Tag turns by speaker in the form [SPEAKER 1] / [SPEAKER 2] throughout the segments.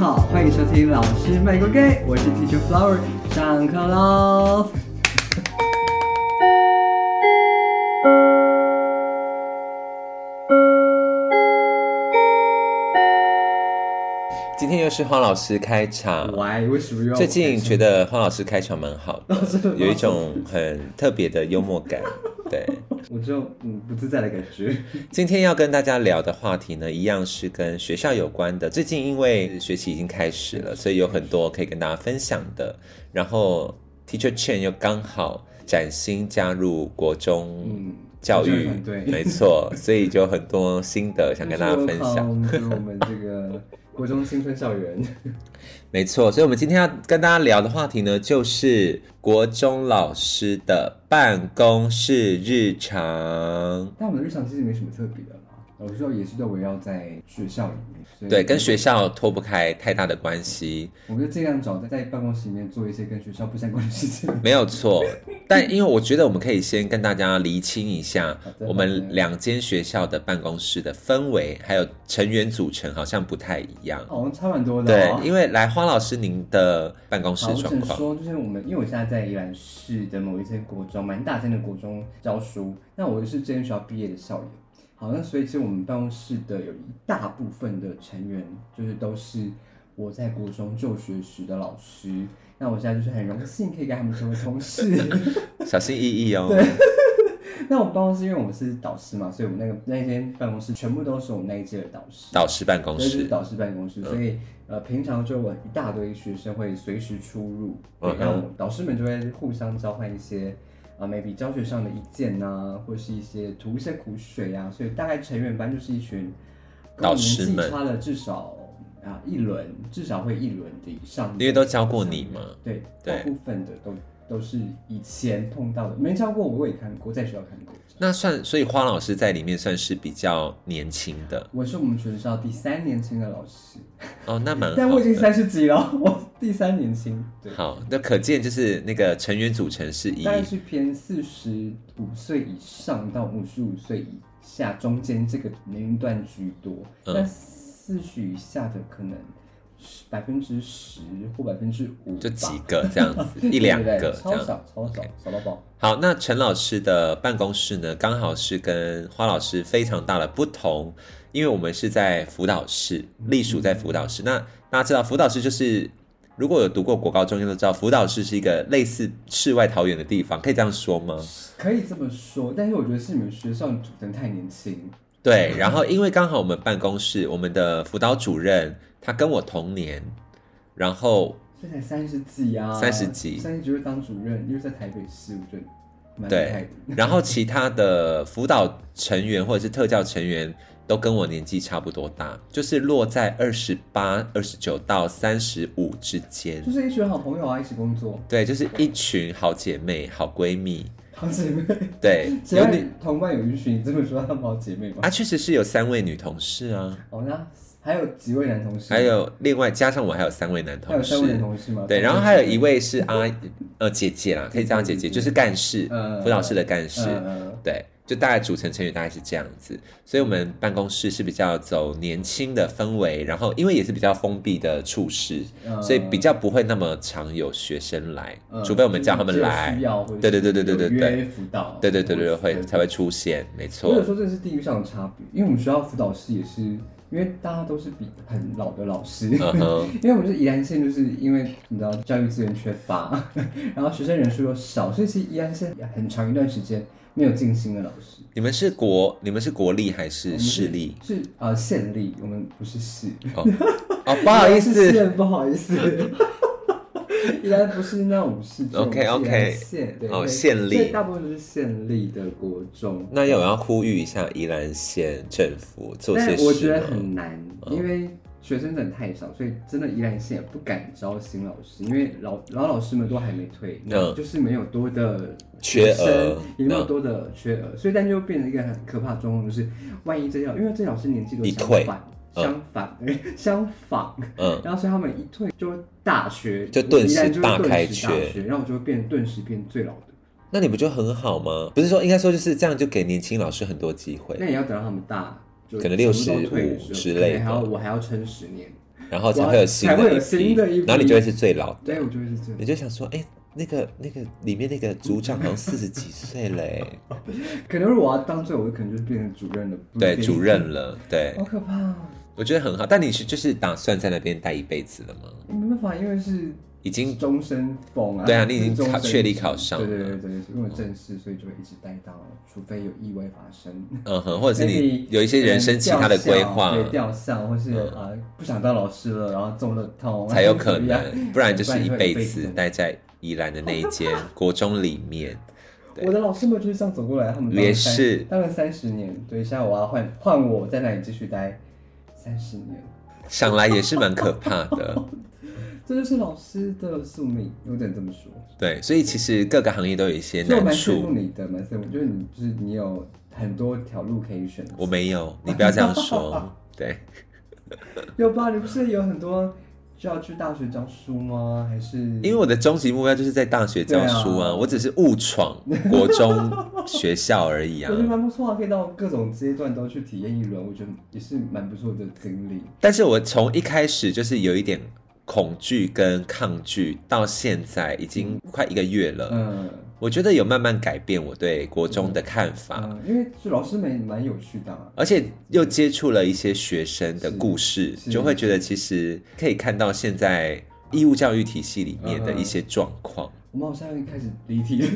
[SPEAKER 1] 好，欢迎收听老师卖锅盖，我是 Teacher Flower，上课喽。
[SPEAKER 2] 今天又是花老师开场。
[SPEAKER 1] 喂，为什么又要我
[SPEAKER 2] 最近
[SPEAKER 1] 开始
[SPEAKER 2] 觉得花老师开场蛮好的，有一种很特别的幽默感。对，
[SPEAKER 1] 我这种嗯不自在的感觉？
[SPEAKER 2] 今天要跟大家聊的话题呢，一样是跟学校有关的。最近因为学期已经开始了，所以有很多可以跟大家分享的。然后 Teacher Chen 又刚好崭新加入国中
[SPEAKER 1] 嗯，
[SPEAKER 2] 教育，
[SPEAKER 1] 对，
[SPEAKER 2] 没错，所以就很多新的想跟大家分享。
[SPEAKER 1] 就是我们这个国中新村校园，
[SPEAKER 2] 没错，所以我们今天要跟大家聊的话题呢，就是国中老师的办公室日常。
[SPEAKER 1] 但我们的日常其实没什么特别的啦。我知道也是都围绕在学校里面，所以
[SPEAKER 2] 对，跟学校脱不开太大的关系，
[SPEAKER 1] 我们就尽量找在在办公室里面做一些跟学校不相关的事情。
[SPEAKER 2] 没有错。但因为我觉得我们可以先跟大家厘清一下
[SPEAKER 1] 好，的
[SPEAKER 2] 我们两间学校的办公室的氛围，还有成员组成好像不太一样。
[SPEAKER 1] 好像差蛮哦多的、
[SPEAKER 2] 对
[SPEAKER 1] 哦。，
[SPEAKER 2] 因为来花老师您的办公室
[SPEAKER 1] 好，我只
[SPEAKER 2] 状
[SPEAKER 1] 能
[SPEAKER 2] 况，
[SPEAKER 1] 说，就是我们，因为我现在在宜兰市的某一间国中，蛮大间的国中教书。那我是这间学校毕业的校友。好，那所以其实我们办公室的有一大部分的成员，就是都是我在国中就学时的老师。那我现在就是很荣幸可以跟他们成为同事。
[SPEAKER 2] 小心翼翼 哦。
[SPEAKER 1] 那我们办公室，因为我们是导师嘛，所以我们那个那间办公室全部都是我们那一届的导师。
[SPEAKER 2] 导师办公
[SPEAKER 1] 对，就是
[SPEAKER 2] 室，
[SPEAKER 1] 导师办公
[SPEAKER 2] 嗯
[SPEAKER 1] 室，所以呃，平常就有一大堆学生会随时出入，对
[SPEAKER 2] 嗯哼
[SPEAKER 1] 然后导师们就会互相交换一些啊、m a y b e 教学上的意见呐、或是一些吐一些苦水啊，所以大概成员班就是一群跟我
[SPEAKER 2] 导
[SPEAKER 1] 年
[SPEAKER 2] 师
[SPEAKER 1] 纪
[SPEAKER 2] 们
[SPEAKER 1] 差了至少啊一轮，至少会一轮的以上，
[SPEAKER 2] 因为都教过你嘛。
[SPEAKER 1] 对，
[SPEAKER 2] 对
[SPEAKER 1] 大部分的都都是以前碰到的，没教过我我也看过，在学校看过。
[SPEAKER 2] 那算，所以花老师在里面算是比较年轻的
[SPEAKER 1] 我是我们学校第三年轻的老师，
[SPEAKER 2] 哦，那 蛮好的。
[SPEAKER 1] 但我已经三十几了，我第三年轻。 对，
[SPEAKER 2] 好，那可见就是那个成员组成是以
[SPEAKER 1] 大概是偏四十五岁以上到五十五岁以下中间这个年龄段居多，
[SPEAKER 2] 嗯
[SPEAKER 1] 那四十以下的可能百分之十或百分之五，
[SPEAKER 2] 就几个这样 子，一两
[SPEAKER 1] 对对
[SPEAKER 2] 个
[SPEAKER 1] 对
[SPEAKER 2] 这
[SPEAKER 1] 超
[SPEAKER 2] 样。
[SPEAKER 1] 少超少小宝宝。
[SPEAKER 2] 好，那陈老师的办公室呢，刚好是跟花老师非常大的不同，因为我们是在辅导室，隶属在辅导室。
[SPEAKER 1] 嗯
[SPEAKER 2] 那大家知道，辅导室就是如果有读过国高中，就都知道辅导室是一个类似世外桃源的地方，可以这样说吗？
[SPEAKER 1] 可以这么说，但是我觉得是你们学校组成太年轻，
[SPEAKER 2] 对，然后因为刚好我们办公室，我们的辅导主任他跟我同年，然后
[SPEAKER 1] 所以才三十几啊，
[SPEAKER 2] 三十几
[SPEAKER 1] 三十几就当主任，又在台北市，我觉得蛮厉害的。，
[SPEAKER 2] 对然后其他的辅导成员或者是特教成员都跟我年纪差不多大，就是落在二十八、二十九到三十五之间
[SPEAKER 1] 就。是一群好朋友啊，一起工作，
[SPEAKER 2] 对，就是一群好姐妹、好闺蜜。
[SPEAKER 1] 好姐妹。
[SPEAKER 2] 对，
[SPEAKER 1] 只
[SPEAKER 2] 有
[SPEAKER 1] 要
[SPEAKER 2] 你
[SPEAKER 1] 你同伴有允许，你这么说她们好姐妹吗？
[SPEAKER 2] 啊，确实是有三位女同事啊，
[SPEAKER 1] 哦，那还有几位男同事？
[SPEAKER 2] 还有另外加上我还有三位男
[SPEAKER 1] 还有
[SPEAKER 2] 同
[SPEAKER 1] 三位男
[SPEAKER 2] 事。
[SPEAKER 1] 同事吗？
[SPEAKER 2] 对，然后还有一位是阿呃姐姐啦，可以叫她姐
[SPEAKER 1] 姐
[SPEAKER 2] 姐，
[SPEAKER 1] 姐
[SPEAKER 2] 就是干事
[SPEAKER 1] 嗯，
[SPEAKER 2] 辅导室的干事。
[SPEAKER 1] 呃，
[SPEAKER 2] 对，就大概组成成员大概是这样子，所以我们办公室是比较走年轻的氛围，然后因为也是比较封闭的处室，
[SPEAKER 1] 呃
[SPEAKER 2] 所以比较不会那么常有学生来，
[SPEAKER 1] 呃
[SPEAKER 2] 除非我们叫他们
[SPEAKER 1] 就是
[SPEAKER 2] 来
[SPEAKER 1] 有需，要或者是
[SPEAKER 2] 对对对对对对对
[SPEAKER 1] 有约辅导，
[SPEAKER 2] 对对对对对
[SPEAKER 1] 或
[SPEAKER 2] 会
[SPEAKER 1] 者是
[SPEAKER 2] 才会出现，没
[SPEAKER 1] 或者
[SPEAKER 2] 错，
[SPEAKER 1] 说这是地域上的差别，因为我们学校辅导室也是，因为大家都是比很老的老师，
[SPEAKER 2] 嗯哼，
[SPEAKER 1] 因为我们是宜兰县，就是因为你知道教育资源缺乏， 然后学生人数又少，所以其实宜兰县很长一段时间没有进新的老师。
[SPEAKER 2] 你们是国你们是国立还
[SPEAKER 1] 我
[SPEAKER 2] 是
[SPEAKER 1] 们
[SPEAKER 2] 市立？
[SPEAKER 1] 是呃县立，我们不是市。
[SPEAKER 2] 哦，不好意
[SPEAKER 1] 宜兰是
[SPEAKER 2] 思。
[SPEAKER 1] 县，不好意思。 宜兰不是那种市中是宜
[SPEAKER 2] OK，OK
[SPEAKER 1] 兰县对
[SPEAKER 2] 哦
[SPEAKER 1] 对
[SPEAKER 2] 县立
[SPEAKER 1] 所以大部分都是县立的国中。
[SPEAKER 2] 那有要呼吁一下宜兰县政府做些
[SPEAKER 1] 但哎我觉
[SPEAKER 2] 事嗯
[SPEAKER 1] 得
[SPEAKER 2] 吗？
[SPEAKER 1] 很难，因为学生真的太少，所以真的宜兰县也不敢招新老师，因为老老老师们都还没退，那就是没有多的
[SPEAKER 2] 嗯缺额
[SPEAKER 1] 学生也没有
[SPEAKER 2] 嗯
[SPEAKER 1] 多的缺额，所以但就变成一个很可怕的状况，就是万一这些老，因为这些老师年纪都
[SPEAKER 2] 一
[SPEAKER 1] 相
[SPEAKER 2] 退
[SPEAKER 1] 反，
[SPEAKER 2] 嗯
[SPEAKER 1] 相反，哎相反，
[SPEAKER 2] 嗯，
[SPEAKER 1] 然后所以他们一退就会大缺，
[SPEAKER 2] 就顿时
[SPEAKER 1] 宜兰就会
[SPEAKER 2] 大
[SPEAKER 1] 顿时
[SPEAKER 2] 开
[SPEAKER 1] 大
[SPEAKER 2] 缺
[SPEAKER 1] 缺，然后我就会变顿时变最老的，
[SPEAKER 2] 那你不就很好吗？不是说应该说就是这样，就给年轻老师很多机会
[SPEAKER 1] 那。也要等到他们大，就
[SPEAKER 2] 可能
[SPEAKER 1] 全部
[SPEAKER 2] 65
[SPEAKER 1] 都退的时候
[SPEAKER 2] 之类的
[SPEAKER 1] 可能还要我还要撑十年。
[SPEAKER 2] 然后才会有新的
[SPEAKER 1] 才会有
[SPEAKER 2] EP
[SPEAKER 1] 新的 EP
[SPEAKER 2] 然后你就会是最老的，
[SPEAKER 1] 对，我就会是这
[SPEAKER 2] 你
[SPEAKER 1] 样。
[SPEAKER 2] 就想说，哎、那个那个里面那个组长好像四十几岁 了、哎
[SPEAKER 1] 哦可能如果我要当最后，我可能就是变成主任了。不
[SPEAKER 2] 对，
[SPEAKER 1] 变
[SPEAKER 2] 主任了，对
[SPEAKER 1] 好，可怕、哦，
[SPEAKER 2] 我觉得很好。但你是就是打算在那边待一辈子了吗？
[SPEAKER 1] 没办法，因为是
[SPEAKER 2] 已经
[SPEAKER 1] 终身俸啊。
[SPEAKER 2] 对啊你已经
[SPEAKER 1] 终身
[SPEAKER 2] 考确立考上了
[SPEAKER 1] 对对对对，因为正式，所以就会一直待到，除非有意外发生。
[SPEAKER 2] 嗯哼， 或者是
[SPEAKER 1] Maybe
[SPEAKER 2] 你有一些人生其他的规划嗯
[SPEAKER 1] 可能掉校对，掉校或是啊、呃不想当老师了，然后中了痛
[SPEAKER 2] 才有可能， 不然就是一
[SPEAKER 1] 一
[SPEAKER 2] 辈子
[SPEAKER 1] 子。
[SPEAKER 2] 待在宜兰的那一间 国中里面。
[SPEAKER 1] 我的老师们就是这样走过来，他们当了
[SPEAKER 2] 也
[SPEAKER 1] 三
[SPEAKER 2] 是
[SPEAKER 1] 当了三十年，对，现在我要换换我在那里继续待三十年，
[SPEAKER 2] 想来也是蛮可怕 的，
[SPEAKER 1] 这就是老师的宿命，有点这么说。
[SPEAKER 2] 对，所以其实各个行业都有一些
[SPEAKER 1] 所以我
[SPEAKER 2] 难
[SPEAKER 1] 蛮羡慕
[SPEAKER 2] 处。
[SPEAKER 1] 你的，蛮羡慕，就是你就是你有很多条路可以选择。
[SPEAKER 2] 我没有，你不要这样 说。对，
[SPEAKER 1] 有吧？你不是有很多需要去大学教书吗？还是因
[SPEAKER 2] 因为我的终极目标就是在大学教书
[SPEAKER 1] 对
[SPEAKER 2] 啊，
[SPEAKER 1] 啊
[SPEAKER 2] 我只是误闯国中学校而已 啊
[SPEAKER 1] 我觉。得蛮不错啊，可以到各种阶段都去体验一轮，我觉得也是蛮不错的经历。
[SPEAKER 2] 但是我从一开始就是有一点恐惧跟抗拒，到现在已经快一个月了。
[SPEAKER 1] 嗯，
[SPEAKER 2] 我觉得有慢慢改变我对国中的看法，
[SPEAKER 1] 嗯因为就老师们也蛮有趣的、啊，
[SPEAKER 2] 而且又接触了一些学生的故事，
[SPEAKER 1] 是是
[SPEAKER 2] 就会觉得其实可以看到现在义务教育体系里面
[SPEAKER 1] 嗯
[SPEAKER 2] 的一些状况。
[SPEAKER 1] 我们好像开始离题了。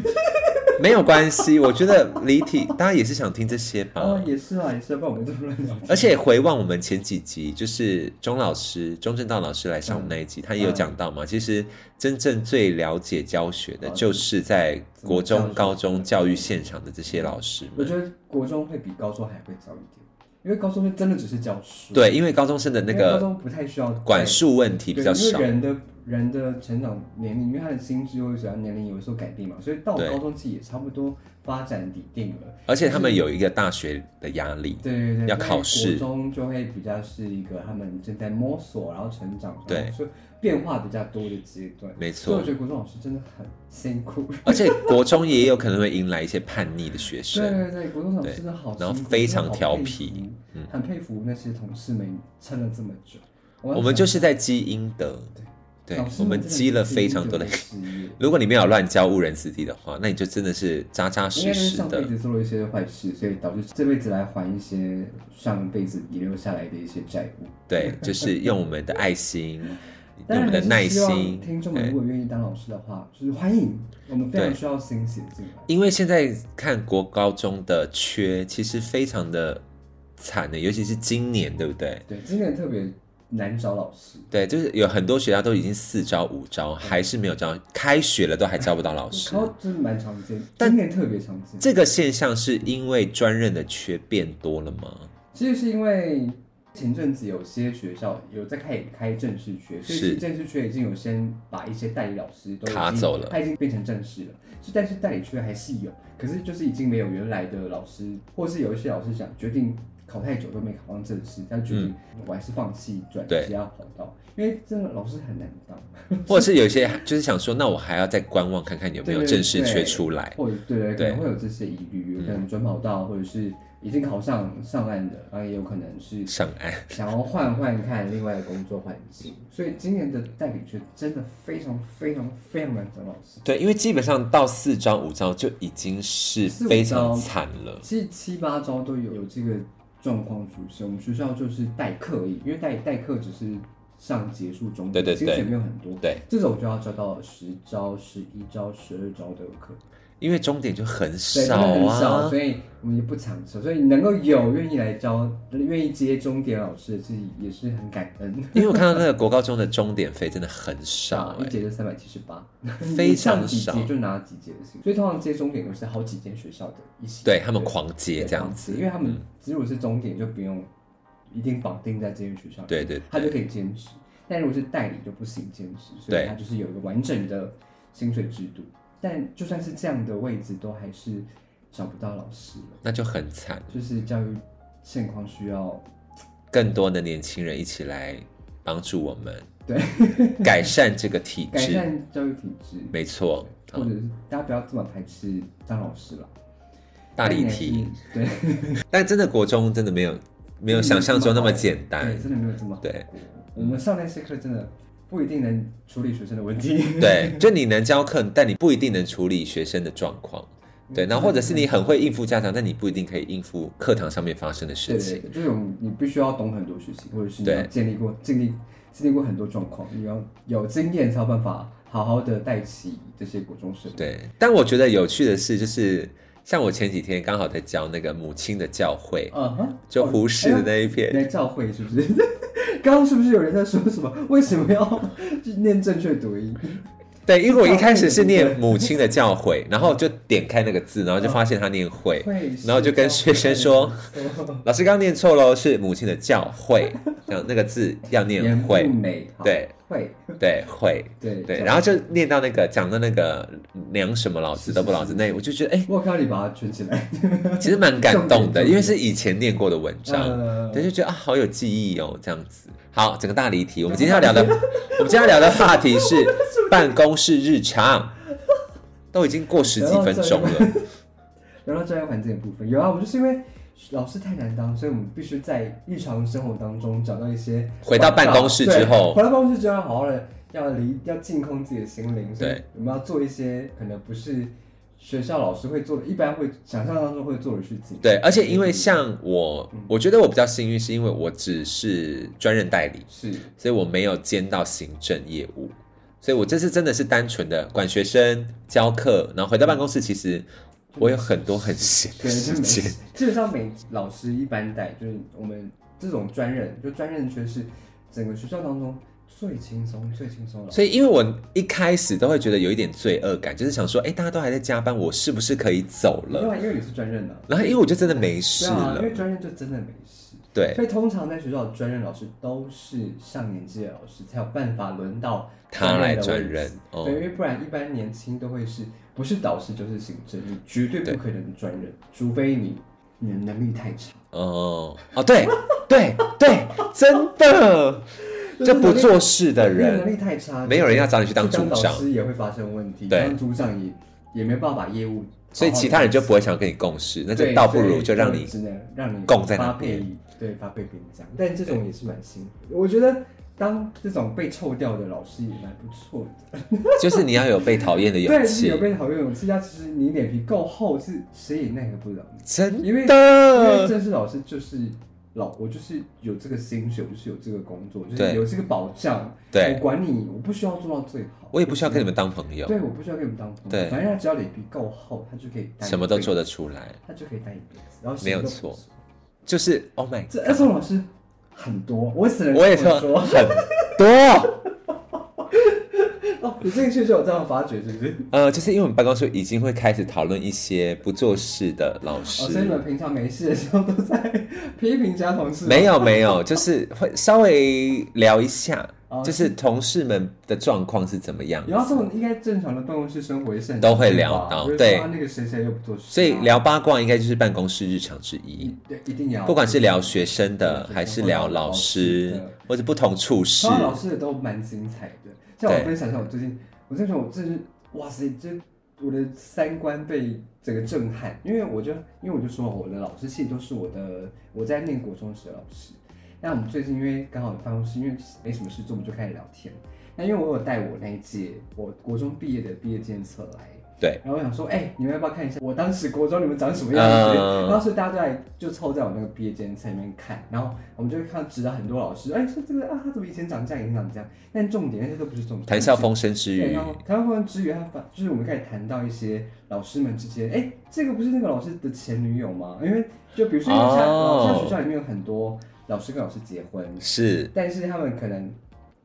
[SPEAKER 2] 没有关系，我觉得离体大家也是想听这些吧。
[SPEAKER 1] 哦，也是啊，也是啊，不然我们这么乱聊天。
[SPEAKER 2] 而且回望我们前几集，就是钟老师、钟正道老师来上我们那一集，他也有讲到
[SPEAKER 1] 嗯
[SPEAKER 2] 嘛。其实真正最了解教学的，
[SPEAKER 1] 哦
[SPEAKER 2] 就是在国
[SPEAKER 1] 怎么教
[SPEAKER 2] 中、
[SPEAKER 1] 学
[SPEAKER 2] 高中教育现场的这些老师
[SPEAKER 1] 我
[SPEAKER 2] 们。
[SPEAKER 1] 觉得国中会比高中还会早一点，因为高中是真的只是教书，
[SPEAKER 2] 对，因为高中生的那
[SPEAKER 1] 嗯因为高
[SPEAKER 2] 个
[SPEAKER 1] 中不太需要
[SPEAKER 2] 管束问题
[SPEAKER 1] 对，
[SPEAKER 2] 比较
[SPEAKER 1] 因
[SPEAKER 2] 少
[SPEAKER 1] 为。人的人的成长年龄，因为他的心智或者随着年龄有时候改变嘛，所以到
[SPEAKER 2] 对
[SPEAKER 1] 高中期也差不多发展底定了。
[SPEAKER 2] 而且他们有一个大学的压力，
[SPEAKER 1] 对对对，在
[SPEAKER 2] 要考
[SPEAKER 1] 国
[SPEAKER 2] 试
[SPEAKER 1] 中就会比较是一个他们正在摸索，然后成长，
[SPEAKER 2] 对
[SPEAKER 1] 然后所以变化比较多的阶段。
[SPEAKER 2] 没
[SPEAKER 1] 所以我
[SPEAKER 2] 错
[SPEAKER 1] 觉。得国中老师真的很辛苦。
[SPEAKER 2] 而且国中也有可能会迎来一些叛逆的学
[SPEAKER 1] 对
[SPEAKER 2] 生，
[SPEAKER 1] 对对，国中老师真的好辛苦，
[SPEAKER 2] 然后非常调皮嗯
[SPEAKER 1] 真的好佩服，很佩服那些同事们撑了这么久。要
[SPEAKER 2] 我
[SPEAKER 1] 讲
[SPEAKER 2] 们就是在积阴德，对
[SPEAKER 1] 老，师
[SPEAKER 2] 我们
[SPEAKER 1] 真的
[SPEAKER 2] 积了
[SPEAKER 1] 是
[SPEAKER 2] 非常多的
[SPEAKER 1] 一个事业
[SPEAKER 2] 如果你没有乱教误人子弟的话，那你就真的是扎扎
[SPEAKER 1] 应该
[SPEAKER 2] 实
[SPEAKER 1] 是
[SPEAKER 2] 实
[SPEAKER 1] 上辈
[SPEAKER 2] 的。
[SPEAKER 1] 子做了一些坏事，所以导致这辈子来还一些上辈子遗留下来的一些债务。
[SPEAKER 2] 对，就是用我们的 爱心，用
[SPEAKER 1] 当
[SPEAKER 2] 我
[SPEAKER 1] 然
[SPEAKER 2] 们的
[SPEAKER 1] 还
[SPEAKER 2] 耐
[SPEAKER 1] 是希望
[SPEAKER 2] 心。
[SPEAKER 1] 听众们
[SPEAKER 2] 对
[SPEAKER 1] 如果愿意当老师的话，就是欢迎，我们非常
[SPEAKER 2] 对
[SPEAKER 1] 需要新血进来。
[SPEAKER 2] 因为现在看国高中的缺，其实非常的惨的，尤其是今年，对不对？
[SPEAKER 1] 对，今年特别难找老师，
[SPEAKER 2] 对，就是有很多学校都已经四招五招，还是没有招，开学了都还招不到老师
[SPEAKER 1] 然。后就是蛮常见，
[SPEAKER 2] 但
[SPEAKER 1] 今年特别常见。
[SPEAKER 2] 这个现象是因为专任的缺变多了 吗？
[SPEAKER 1] 其实是因为前阵子有些学校有在开开正式缺，所
[SPEAKER 2] 是
[SPEAKER 1] 以正式缺已经有先把一些代理老师都已经
[SPEAKER 2] 卡走了
[SPEAKER 1] 他已经变成正式了。就但是代理缺还是有，可是就是已经没有原来的老师，或是有一些老师想决定考太久都没考上正式，他就决定我还是放弃转
[SPEAKER 2] 嗯对
[SPEAKER 1] 职要跑道，因为真的老师很难当，
[SPEAKER 2] 或者是有些就是想说，那我还要再观望看看有没有
[SPEAKER 1] 对对
[SPEAKER 2] 正式缺
[SPEAKER 1] 对
[SPEAKER 2] 出来。
[SPEAKER 1] 或者对对，可
[SPEAKER 2] 对嗯
[SPEAKER 1] 能会有这些疑虑，有可能转跑道，或者是已经考上上岸的，然后也有可能是
[SPEAKER 2] 上岸。
[SPEAKER 1] 想要换换看另外的工作环境，所以今年的代理缺真的非常非常非常难找老师，
[SPEAKER 2] 对，因为基本上到四招五招就已经是非常惨了。
[SPEAKER 1] 其实七八招都有有这个状况出现。我们学校就是代课而已，因为代代课只是上结束中，
[SPEAKER 2] 对对
[SPEAKER 1] 薪
[SPEAKER 2] 对
[SPEAKER 1] 水没有很多，
[SPEAKER 2] 对，
[SPEAKER 1] 这种就要教到十招、十一招、十二招都有课，
[SPEAKER 2] 因为终点就很
[SPEAKER 1] 对，真
[SPEAKER 2] 少
[SPEAKER 1] 的很少，
[SPEAKER 2] 啊。
[SPEAKER 1] 所以我们也不强求，所以能够有愿意来教、愿意接钟点老师的，自己也是很感恩。
[SPEAKER 2] 因为我看到那个国高中的终点费真的很 少
[SPEAKER 1] 一
[SPEAKER 2] 哎、
[SPEAKER 1] 节就三百七十 八，
[SPEAKER 2] 非
[SPEAKER 1] 你
[SPEAKER 2] 常
[SPEAKER 1] 上几
[SPEAKER 2] 少
[SPEAKER 1] 节就拿几节的薪水，所以通常接终点都是好几间学校的一起，
[SPEAKER 2] 对他们狂接这样
[SPEAKER 1] 绑
[SPEAKER 2] 子，嗯
[SPEAKER 1] 子，因为他们如果是终点就不用一定绑定在这间学校，，
[SPEAKER 2] 对对
[SPEAKER 1] 他就
[SPEAKER 2] 对
[SPEAKER 1] 可以兼职，但如果是代理就不行兼职，所
[SPEAKER 2] 对
[SPEAKER 1] 以他就是有一个完整的薪水制度，但就算是这样的位置，都还是找不到老师了，
[SPEAKER 2] 那就很惨。
[SPEAKER 1] 就是教育现况需要
[SPEAKER 2] 更多的年轻人一起来帮助我们，
[SPEAKER 1] 对
[SPEAKER 2] 改善这个体
[SPEAKER 1] 改
[SPEAKER 2] 制，
[SPEAKER 1] 善教育体制，
[SPEAKER 2] 没错，
[SPEAKER 1] 或者是大家不要这么排斥当老师了。
[SPEAKER 2] 大
[SPEAKER 1] 但
[SPEAKER 2] 离
[SPEAKER 1] 你还
[SPEAKER 2] 题。
[SPEAKER 1] 是，对，
[SPEAKER 2] 但真的国中真的没有
[SPEAKER 1] 嗯
[SPEAKER 2] 没有想象中那么简
[SPEAKER 1] 对，
[SPEAKER 2] 单。
[SPEAKER 1] 真的没有这么好。
[SPEAKER 2] 对，
[SPEAKER 1] 我们上那些课真的不一定能处理学生的问题。
[SPEAKER 2] 对，就你能教课，但你不一定能处理学生的状况。对，然后或者是你很会应付家长，但你不一定可以应付课堂上面发生的
[SPEAKER 1] 对
[SPEAKER 2] 事
[SPEAKER 1] 对
[SPEAKER 2] 情。
[SPEAKER 1] 对，就是我们你必须要懂很多事情，或者是你
[SPEAKER 2] 对
[SPEAKER 1] 要建立过、经历、经历过很多状况，你要有经验才有办法好好的带起这些国中生。
[SPEAKER 2] 对，但我觉得有趣的是，就是像我前几天刚好在教那个母亲的教会，
[SPEAKER 1] 嗯哼，
[SPEAKER 2] 就胡适的
[SPEAKER 1] 哦
[SPEAKER 2] 那一
[SPEAKER 1] 哎呀
[SPEAKER 2] 篇，
[SPEAKER 1] 那教会是不是？刚刚是不是有人在说什么？为什么要念正确读音？
[SPEAKER 2] 对，因为我一开始是
[SPEAKER 1] 教
[SPEAKER 2] 念
[SPEAKER 1] 会
[SPEAKER 2] 母亲的教 诲，然后就点开那个字，然后就发现他念会，
[SPEAKER 1] 会是
[SPEAKER 2] 然后就跟学生说
[SPEAKER 1] 教会的，
[SPEAKER 2] 老师刚刚念错喽，是母亲的教 诲，这样那个字要念
[SPEAKER 1] 言
[SPEAKER 2] 会
[SPEAKER 1] 不，美，好
[SPEAKER 2] 对
[SPEAKER 1] 会
[SPEAKER 2] 对会，
[SPEAKER 1] 对
[SPEAKER 2] 对，
[SPEAKER 1] 教
[SPEAKER 2] 然后就念到那个讲到那个娘什么老子都不老子那，我就觉得哎、
[SPEAKER 1] 我有看到你把它圈起来，
[SPEAKER 2] 其实蛮感动
[SPEAKER 1] 重点重
[SPEAKER 2] 的，
[SPEAKER 1] 点
[SPEAKER 2] 因为是以前念过的文章，
[SPEAKER 1] 呃
[SPEAKER 2] 对，就觉得啊好有记忆哦，这样子。好，整个大离题，我们今天要聊 的，我们今天要聊的话题是办公室日 常，都已经过十几分钟了。
[SPEAKER 1] 然后教育环境的部分，有啊，我们就是因为老师太难当，所以我们必须在日常生活当中找到一些
[SPEAKER 2] 回到办公室之后
[SPEAKER 1] 对回到办公室之后要好好的要离要净空自己的心灵，所以
[SPEAKER 2] 对
[SPEAKER 1] 我们要做一些可能不是学校老师会做的，一般会想象当中会做的事情。嗯
[SPEAKER 2] 对，而且因为像我，我觉得我比较幸运，是因为我只是专任代理，
[SPEAKER 1] 是
[SPEAKER 2] 所以我没有兼到行政业务，所以我这次真的是单纯的管学生、教课，然后回到办公室，其实我有很多很闲的
[SPEAKER 1] 对，就
[SPEAKER 2] 时
[SPEAKER 1] 每
[SPEAKER 2] 间。
[SPEAKER 1] 基本上每老师一般带，就是我们这种专任，就专任却是整个学校当中最轻松、最轻松的老师。
[SPEAKER 2] 所以，因为我一开始都会觉得有一点罪恶感，就是想说，哎，大家都还在加班，我是不是可以走
[SPEAKER 1] 另
[SPEAKER 2] 了？
[SPEAKER 1] 外，因为你是专任的、啊，
[SPEAKER 2] 然后，因为我就真的没事
[SPEAKER 1] 对啊，
[SPEAKER 2] 了
[SPEAKER 1] 因，为专任就真的没事。
[SPEAKER 2] 对
[SPEAKER 1] 所以通常在学校的专任老师都是上年纪的老师才有办法轮到
[SPEAKER 2] 他来
[SPEAKER 1] 的
[SPEAKER 2] 专
[SPEAKER 1] 位置
[SPEAKER 2] 任，哦
[SPEAKER 1] 对，因为不然一般年轻都会是不是导师就是行政，你绝对
[SPEAKER 2] 对
[SPEAKER 1] 不可能专任，除非你你的能力太差。
[SPEAKER 2] 哦哦，对对对， 真的，就不做事的
[SPEAKER 1] 你
[SPEAKER 2] 人
[SPEAKER 1] 能。力太差，
[SPEAKER 2] 没有人要找你去当
[SPEAKER 1] 就
[SPEAKER 2] 组
[SPEAKER 1] 导
[SPEAKER 2] 长，
[SPEAKER 1] 师也会发生问题，
[SPEAKER 2] 对
[SPEAKER 1] 当组长也也没办法把业务好好地，
[SPEAKER 2] 所以其他人就不会想跟你共事，那就倒不如就让
[SPEAKER 1] 对
[SPEAKER 2] 你
[SPEAKER 1] 所以只能让你
[SPEAKER 2] 供在那
[SPEAKER 1] 发
[SPEAKER 2] 边
[SPEAKER 1] 配，对发配边疆，但这种也是蛮辛苦的。我觉得当这种被臭掉的老师也蛮不错的，
[SPEAKER 2] 就是你要有被讨厌的
[SPEAKER 1] 对，
[SPEAKER 2] 勇
[SPEAKER 1] 是
[SPEAKER 2] 气
[SPEAKER 1] 有，被讨厌勇气，但其实你脸皮够厚，是谁也奈何不了你。
[SPEAKER 2] 真
[SPEAKER 1] 因为因为
[SPEAKER 2] 的。
[SPEAKER 1] 正式老师就是老，我就是有这个薪水，我就是有这个工作，就
[SPEAKER 2] 对
[SPEAKER 1] 是有这个保障，
[SPEAKER 2] 对
[SPEAKER 1] 我管你，我不需要做到最好，
[SPEAKER 2] 我也不需要跟你们当朋友，
[SPEAKER 1] 对，我不需要跟你们当朋友，
[SPEAKER 2] 对
[SPEAKER 1] 反正他只要脸皮够厚，他就可以待
[SPEAKER 2] 什么都做
[SPEAKER 1] 得，
[SPEAKER 2] 得出来。
[SPEAKER 1] 他就可以待一辈子，然后什么
[SPEAKER 2] 没有
[SPEAKER 1] 都不
[SPEAKER 2] 错
[SPEAKER 1] 做。
[SPEAKER 2] 就是 Oh my，
[SPEAKER 1] 这 这种老师很多，我只能
[SPEAKER 2] 我也
[SPEAKER 1] 这么
[SPEAKER 2] 说
[SPEAKER 1] 说，
[SPEAKER 2] 很多，
[SPEAKER 1] 哦，你进去就有这样发觉，是不是？
[SPEAKER 2] 呃，就是因为我们办公室已经会开始讨论一些不做事的老
[SPEAKER 1] 哦，所以你
[SPEAKER 2] 师，
[SPEAKER 1] 们平常没事的时候都在 批评其他同事吗，
[SPEAKER 2] 没有没有，就是会稍微聊一下
[SPEAKER 1] 哦，
[SPEAKER 2] 就是同事们的状况是怎么样
[SPEAKER 1] 有啊，这种应该正常的办公室生活也是很
[SPEAKER 2] 都会
[SPEAKER 1] 常见
[SPEAKER 2] 聊
[SPEAKER 1] 吧
[SPEAKER 2] 到
[SPEAKER 1] 就是
[SPEAKER 2] 对
[SPEAKER 1] 说啊那个谁谁又不做事啊，
[SPEAKER 2] 所以聊八卦应该就是办公室日常之一
[SPEAKER 1] 一。对一定要，
[SPEAKER 2] 不管是聊学生的，
[SPEAKER 1] 对
[SPEAKER 2] 还是聊老
[SPEAKER 1] 对
[SPEAKER 2] 师，或者不同处事
[SPEAKER 1] 他，们老师的都蛮精彩的。像
[SPEAKER 2] 对
[SPEAKER 1] 我分享一下我最近，我最近我真是哇塞，这我的三观被整个震撼，因为我就因为我就说我的老师其实都是我的我在念国中时的老师。那我们最近因为刚好有办公室，因为没什么事做，我们就开始聊天。那因为我有带我那一届我国中毕业的毕业纪念册来，
[SPEAKER 2] 对，
[SPEAKER 1] 然后我想说，哎、你们要不要看一下我当时国中你们长什么样子？
[SPEAKER 2] 嗯
[SPEAKER 1] 然后所以大家都来就凑在我那个毕业纪念册里面看，然后我们就会看到指导很多老师，哎、说这个啊，他怎么以前长这样，以前长这样？但重点那些都不是重点。
[SPEAKER 2] 谈笑风生之
[SPEAKER 1] 对，
[SPEAKER 2] 余
[SPEAKER 1] 然，后谈笑风生之余，他反就是我们开始谈到一些老师们之间，哎、这个不是那个老师的前女友吗？因为就比如说像、
[SPEAKER 2] 哦
[SPEAKER 1] 像学校里面有很多老师跟老师结婚，
[SPEAKER 2] 是
[SPEAKER 1] 但是他们可能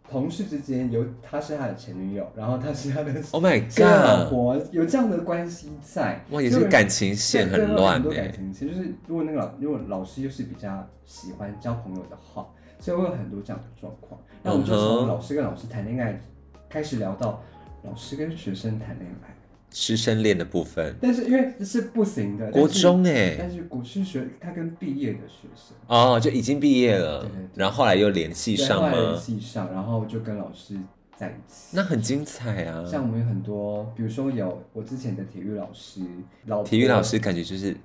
[SPEAKER 1] 同事之间有他是他的前女友，然后他是他的
[SPEAKER 2] Oh my
[SPEAKER 1] 现在老
[SPEAKER 2] God，
[SPEAKER 1] 婆有这样的关系在，
[SPEAKER 2] 哇，也
[SPEAKER 1] 所以
[SPEAKER 2] 是
[SPEAKER 1] 我
[SPEAKER 2] 感情线
[SPEAKER 1] 对对
[SPEAKER 2] 很
[SPEAKER 1] 会
[SPEAKER 2] 乱
[SPEAKER 1] 很多
[SPEAKER 2] 哎
[SPEAKER 1] 感，情线就是如果那个老如果老师又是比较喜欢交朋友的话，所以会有很多这样的状况。那我们就
[SPEAKER 2] 嗯哼
[SPEAKER 1] 从老师跟老师谈恋爱开始聊到老师跟学生谈恋爱，
[SPEAKER 2] 师生恋的部分，
[SPEAKER 1] 但是因为这是不行的，
[SPEAKER 2] 国
[SPEAKER 1] 但是
[SPEAKER 2] 中哎，
[SPEAKER 1] 但是国是学他跟毕业的学生。
[SPEAKER 2] 哦，就已经毕业了
[SPEAKER 1] 对对对，
[SPEAKER 2] 然后后来又联系
[SPEAKER 1] 对
[SPEAKER 2] 上
[SPEAKER 1] 后来联
[SPEAKER 2] 吗？
[SPEAKER 1] 系上，然后就跟老师在一起。
[SPEAKER 2] 那很精彩啊！
[SPEAKER 1] 像我们有很多，比如说有我之前的体育老师，老婆
[SPEAKER 2] 体育老师感觉就是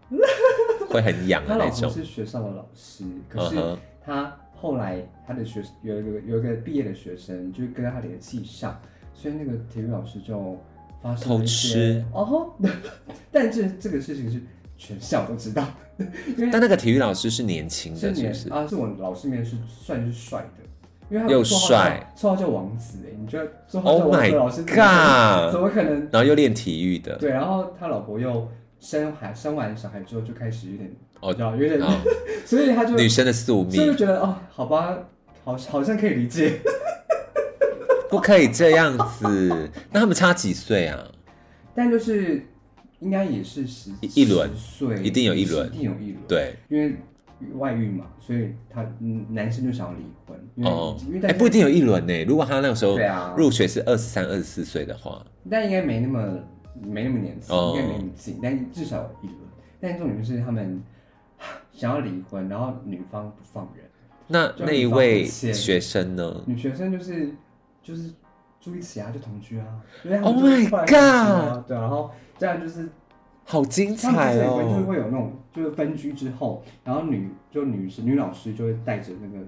[SPEAKER 2] 会很痒的
[SPEAKER 1] 她
[SPEAKER 2] 那
[SPEAKER 1] 老婆
[SPEAKER 2] 种。
[SPEAKER 1] 是学校的老师，可
[SPEAKER 2] 嗯
[SPEAKER 1] 是
[SPEAKER 2] 哼，
[SPEAKER 1] 她后来她的学有一个有一个毕业的学生，就是跟她联系上，所以那个体育老师就发生了一些
[SPEAKER 2] 偷吃
[SPEAKER 1] 哦吼， 但这这个事情是全校都知道，因
[SPEAKER 2] 但
[SPEAKER 1] 为
[SPEAKER 2] 那个体育老师是年轻
[SPEAKER 1] 是
[SPEAKER 2] 的，是
[SPEAKER 1] 年
[SPEAKER 2] 不嗯是？
[SPEAKER 1] 啊，是我老师里面是算是帅的。因为他
[SPEAKER 2] 又
[SPEAKER 1] 绰号
[SPEAKER 2] 帅
[SPEAKER 1] 叫，绰号叫王子哎，你觉得绰号叫王
[SPEAKER 2] Oh
[SPEAKER 1] 子
[SPEAKER 2] my
[SPEAKER 1] 的老师怎么可能怎
[SPEAKER 2] god！
[SPEAKER 1] 么可能
[SPEAKER 2] 然后又练体育的，
[SPEAKER 1] 对，然后他老婆又生孩生完小孩之后就开始有点，
[SPEAKER 2] 哦
[SPEAKER 1] 你知道有点，
[SPEAKER 2] 哦
[SPEAKER 1] 所以他就
[SPEAKER 2] 女生的宿
[SPEAKER 1] 所以就
[SPEAKER 2] 命
[SPEAKER 1] 觉得哦，好吧，好好像可以理解，
[SPEAKER 2] 不可以这样子。那他们差几岁啊？
[SPEAKER 1] 但就是应该也是十
[SPEAKER 2] 一一轮
[SPEAKER 1] 10岁，
[SPEAKER 2] 一定有一轮
[SPEAKER 1] 一定有一轮，，
[SPEAKER 2] 对，
[SPEAKER 1] 因为外遇嘛，所以他嗯男生就想要离婚，因为、
[SPEAKER 2] 哦
[SPEAKER 1] 嗯因为，但
[SPEAKER 2] 哎，
[SPEAKER 1] 是
[SPEAKER 2] 不一定有一轮呢。如果他那个时候
[SPEAKER 1] 对啊
[SPEAKER 2] 入学是二十三、二十四岁的话，
[SPEAKER 1] 但应该没那么没那么年轻，
[SPEAKER 2] 哦
[SPEAKER 1] 应该没那么近，但至少有一轮，但重点是他们 想要离婚，然后女方不放人。
[SPEAKER 2] 那
[SPEAKER 1] 就
[SPEAKER 2] 那一
[SPEAKER 1] 很
[SPEAKER 2] 位
[SPEAKER 1] 抱歉
[SPEAKER 2] 学生呢
[SPEAKER 1] 女学生就是就是住一起啊，就同居啊，因为他
[SPEAKER 2] Oh
[SPEAKER 1] 们就是
[SPEAKER 2] my
[SPEAKER 1] 后来同居啊，对啊，然后这样就是
[SPEAKER 2] 好精
[SPEAKER 1] 他们
[SPEAKER 2] 彩
[SPEAKER 1] 就是有就是
[SPEAKER 2] 哦！
[SPEAKER 1] 会有那种就是分居之后，然后女就女生女老师就会带着那个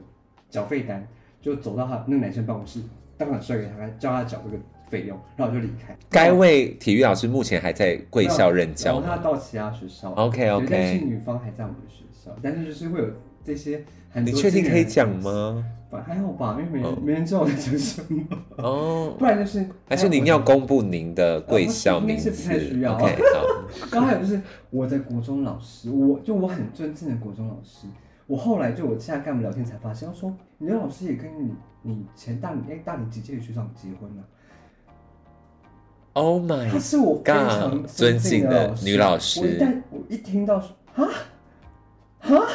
[SPEAKER 1] 缴费单，就走到他那个男生办公室，当场甩给他，叫他缴这个费用，然后我就离开。
[SPEAKER 2] 该位体育老师目前还在贵校任
[SPEAKER 1] 然
[SPEAKER 2] 教
[SPEAKER 1] 后他
[SPEAKER 2] 吗
[SPEAKER 1] 到其他学校
[SPEAKER 2] ？OK
[SPEAKER 1] 对但
[SPEAKER 2] OK，
[SPEAKER 1] 是女方还在我们的学校，但是就是会有这些很
[SPEAKER 2] 你
[SPEAKER 1] 多
[SPEAKER 2] 确定可以
[SPEAKER 1] 惊
[SPEAKER 2] 讲
[SPEAKER 1] 人的故事？
[SPEAKER 2] 吗？
[SPEAKER 1] 反还好吧，因为没人、
[SPEAKER 2] 哦
[SPEAKER 1] 没人知道我在讲什么，
[SPEAKER 2] 哦，
[SPEAKER 1] 不然就是
[SPEAKER 2] 还是您要公布您的贵校
[SPEAKER 1] 呃不是
[SPEAKER 2] 名
[SPEAKER 1] 应该是
[SPEAKER 2] 字
[SPEAKER 1] 不太需要
[SPEAKER 2] ？OK，好，
[SPEAKER 1] 然后还有就是我的国中老师，我就我很尊敬的国中老师，我后来就我现在跟他们聊天才发现，他说你的老师也跟你你前大你哎大你几届的学长结婚了、
[SPEAKER 2] Oh my
[SPEAKER 1] 他是我非常
[SPEAKER 2] God，尊敬
[SPEAKER 1] 敬
[SPEAKER 2] 的
[SPEAKER 1] 师
[SPEAKER 2] 女老
[SPEAKER 1] 我一
[SPEAKER 2] 师，
[SPEAKER 1] 旦我一听到说啊啊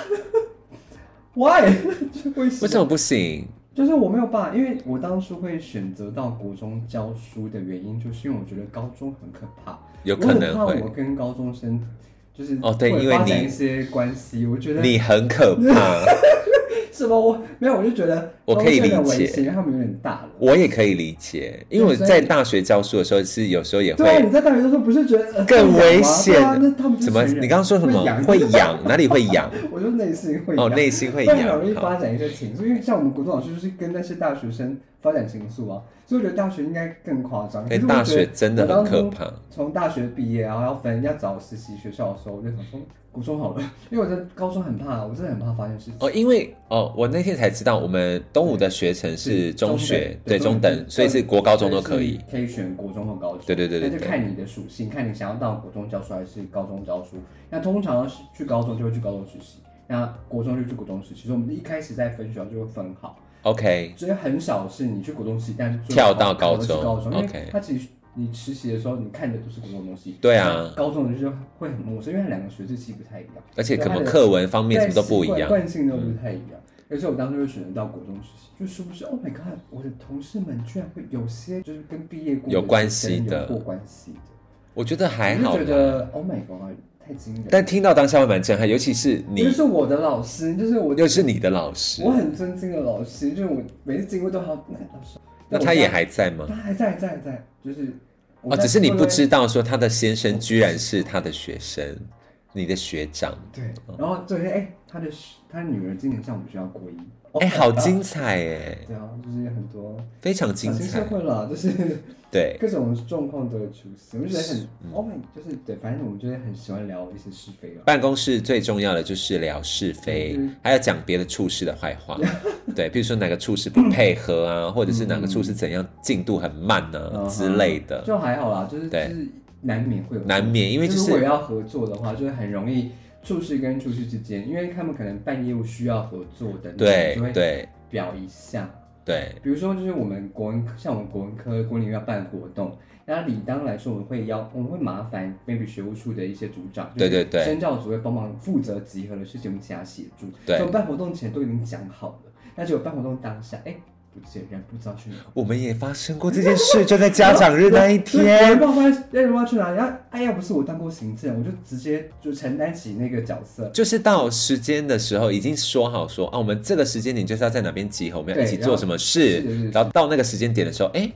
[SPEAKER 1] why 就为什
[SPEAKER 2] 为
[SPEAKER 1] 么
[SPEAKER 2] 什么不行？
[SPEAKER 1] 就是我没有办法，因为我当初会选择到国中教书的原因，就是因为我觉得高中很可怕，
[SPEAKER 2] 有可能
[SPEAKER 1] 我很
[SPEAKER 2] 会
[SPEAKER 1] 怕我跟高中生就是
[SPEAKER 2] 哦对
[SPEAKER 1] 会
[SPEAKER 2] 因为
[SPEAKER 1] 发展
[SPEAKER 2] 你
[SPEAKER 1] 一些关系，我觉得
[SPEAKER 2] 你很可怕，
[SPEAKER 1] 什么我没有，我就觉得
[SPEAKER 2] 我可以理解
[SPEAKER 1] 高中生的危险因为他们有点大了。
[SPEAKER 2] 我也可以理解，因为我
[SPEAKER 1] 对所以
[SPEAKER 2] 在大学教书的时候是有时候也
[SPEAKER 1] 对啊，
[SPEAKER 2] 会
[SPEAKER 1] 你在大学的时候不是觉得、呃
[SPEAKER 2] 更危险
[SPEAKER 1] 对啊，那他们就是
[SPEAKER 2] 怎么？
[SPEAKER 1] 成人
[SPEAKER 2] 你刚刚说什么
[SPEAKER 1] 会？痒
[SPEAKER 2] 会痒？哪里会 痒？
[SPEAKER 1] 我就内心会
[SPEAKER 2] 哦，
[SPEAKER 1] 痒
[SPEAKER 2] 内心会
[SPEAKER 1] 会很容易
[SPEAKER 2] 痒。
[SPEAKER 1] 发
[SPEAKER 2] 好
[SPEAKER 1] 展一些情愫，因为像我们国中老师就是跟那些大学生发展情愫啊，所以我觉得大学应该更夸张。
[SPEAKER 2] 但
[SPEAKER 1] 可是我
[SPEAKER 2] 哎大
[SPEAKER 1] 觉得
[SPEAKER 2] 学真的很可怕。
[SPEAKER 1] 从大学毕业，然后要分要找实习学校的时候，我就想说国中好了，因为我在高中很怕，我真的很怕发生事情。
[SPEAKER 2] 哦，因为哦，我那天才知道，我们东吴的学程是中学，对中等，所以是国高中都可以。，
[SPEAKER 1] 可以选国中或高中。
[SPEAKER 2] 对对对对
[SPEAKER 1] 那就
[SPEAKER 2] 对
[SPEAKER 1] 看你的属性，看你想要到国中教书还是高中教书。那通常是去高中就会去高中实习，那国中就去国中实习。所以我们一开始在分学校就会分好，
[SPEAKER 2] OK，
[SPEAKER 1] 所以很少是你去国中实习，但是最后
[SPEAKER 2] 嗯跳到高
[SPEAKER 1] 考的是
[SPEAKER 2] 中
[SPEAKER 1] 高中，因为
[SPEAKER 2] OK
[SPEAKER 1] 它其实你实习的时候你看的都是国中的东西，
[SPEAKER 2] 对啊
[SPEAKER 1] 高中的就是会很陌生，因为它两个学制其实不太一样。
[SPEAKER 2] 而且什
[SPEAKER 1] 对它
[SPEAKER 2] 么
[SPEAKER 1] 的
[SPEAKER 2] 课文方面什
[SPEAKER 1] 但
[SPEAKER 2] 么都不一样。嗯
[SPEAKER 1] 惯性都不太一样。而且我当时就选择到国中实习，就是不是？Oh my god！我的同事们居然会有些就是跟毕业过的
[SPEAKER 2] 有关系的
[SPEAKER 1] 学生有过关系的，
[SPEAKER 2] 我觉得还好
[SPEAKER 1] 我就觉
[SPEAKER 2] 啦，
[SPEAKER 1] 得 Oh my god，太惊人了。
[SPEAKER 2] 但听到当下会蛮震撼，尤其是
[SPEAKER 1] 就
[SPEAKER 2] 你，
[SPEAKER 1] 是我的老师，就是我，
[SPEAKER 2] 又是你的老师
[SPEAKER 1] 我，很尊敬的老师，就是我每次经过都好，那老师，
[SPEAKER 2] 那他也还在吗
[SPEAKER 1] 他？还在还在还在，就是我
[SPEAKER 2] 哦，
[SPEAKER 1] 在
[SPEAKER 2] 只是你不知
[SPEAKER 1] 对
[SPEAKER 2] 道说他的先生居然是他的学生，你的学长。
[SPEAKER 1] 对，
[SPEAKER 2] 哦
[SPEAKER 1] 然后昨天哎，他的他女儿今年上我们学校国一，
[SPEAKER 2] 哎，好
[SPEAKER 1] 惊，
[SPEAKER 2] 精彩哎，
[SPEAKER 1] 对啊，就是有很多
[SPEAKER 2] 非常精
[SPEAKER 1] 小型社
[SPEAKER 2] 彩。
[SPEAKER 1] 会了，就是。
[SPEAKER 2] 对，
[SPEAKER 1] 各种状况都有出现，我就觉得很、
[SPEAKER 2] 嗯
[SPEAKER 1] 我 o 就是对，反正我们就是很喜欢聊一些是非啊了。
[SPEAKER 2] 办公室最重要的就是聊是非
[SPEAKER 1] 嗯，
[SPEAKER 2] 还要讲别的处事的 坏话。对，比如说哪个处事不配合啊，或者是哪个处事怎样进度很慢啊
[SPEAKER 1] 嗯
[SPEAKER 2] 之类的，
[SPEAKER 1] 就还好啦，就是就
[SPEAKER 2] 对
[SPEAKER 1] 是难免会有，
[SPEAKER 2] 难免因为就
[SPEAKER 1] 如果
[SPEAKER 2] 是
[SPEAKER 1] 要合作的话，就是很容易处事跟处事之间，因为他们可能办业务需要合作的，
[SPEAKER 2] 对
[SPEAKER 1] 就会
[SPEAKER 2] 对
[SPEAKER 1] 表一下。
[SPEAKER 2] 对，
[SPEAKER 1] 比如说，就是我们国文，像我们国文科、国文要办活动，那理当来说，我们会邀，我们会麻烦 maybe 学务处的一些组长，
[SPEAKER 2] 对对对
[SPEAKER 1] 生教组会帮忙负责集合的事情，我们请他协助。所
[SPEAKER 2] 对
[SPEAKER 1] 以我们办活动前都已经讲好了，但是我办活动当下，哎，不见人，不知道去哪。
[SPEAKER 2] 我们也发生过这件事，就在家长日那一
[SPEAKER 1] 对人
[SPEAKER 2] 天。
[SPEAKER 1] 不知道发现人不知道去哪里，然后哎呀，不是我当过行政，我就直接就承担起那个角色。
[SPEAKER 2] 就是到时间的时候，已经说好说啊，我们这个时间点就是要在哪边集合，我们要
[SPEAKER 1] 对
[SPEAKER 2] 一起
[SPEAKER 1] 然
[SPEAKER 2] 做
[SPEAKER 1] 后
[SPEAKER 2] 什么
[SPEAKER 1] 是的是
[SPEAKER 2] 事
[SPEAKER 1] 的，
[SPEAKER 2] 然后到那个时间点的时候，哎，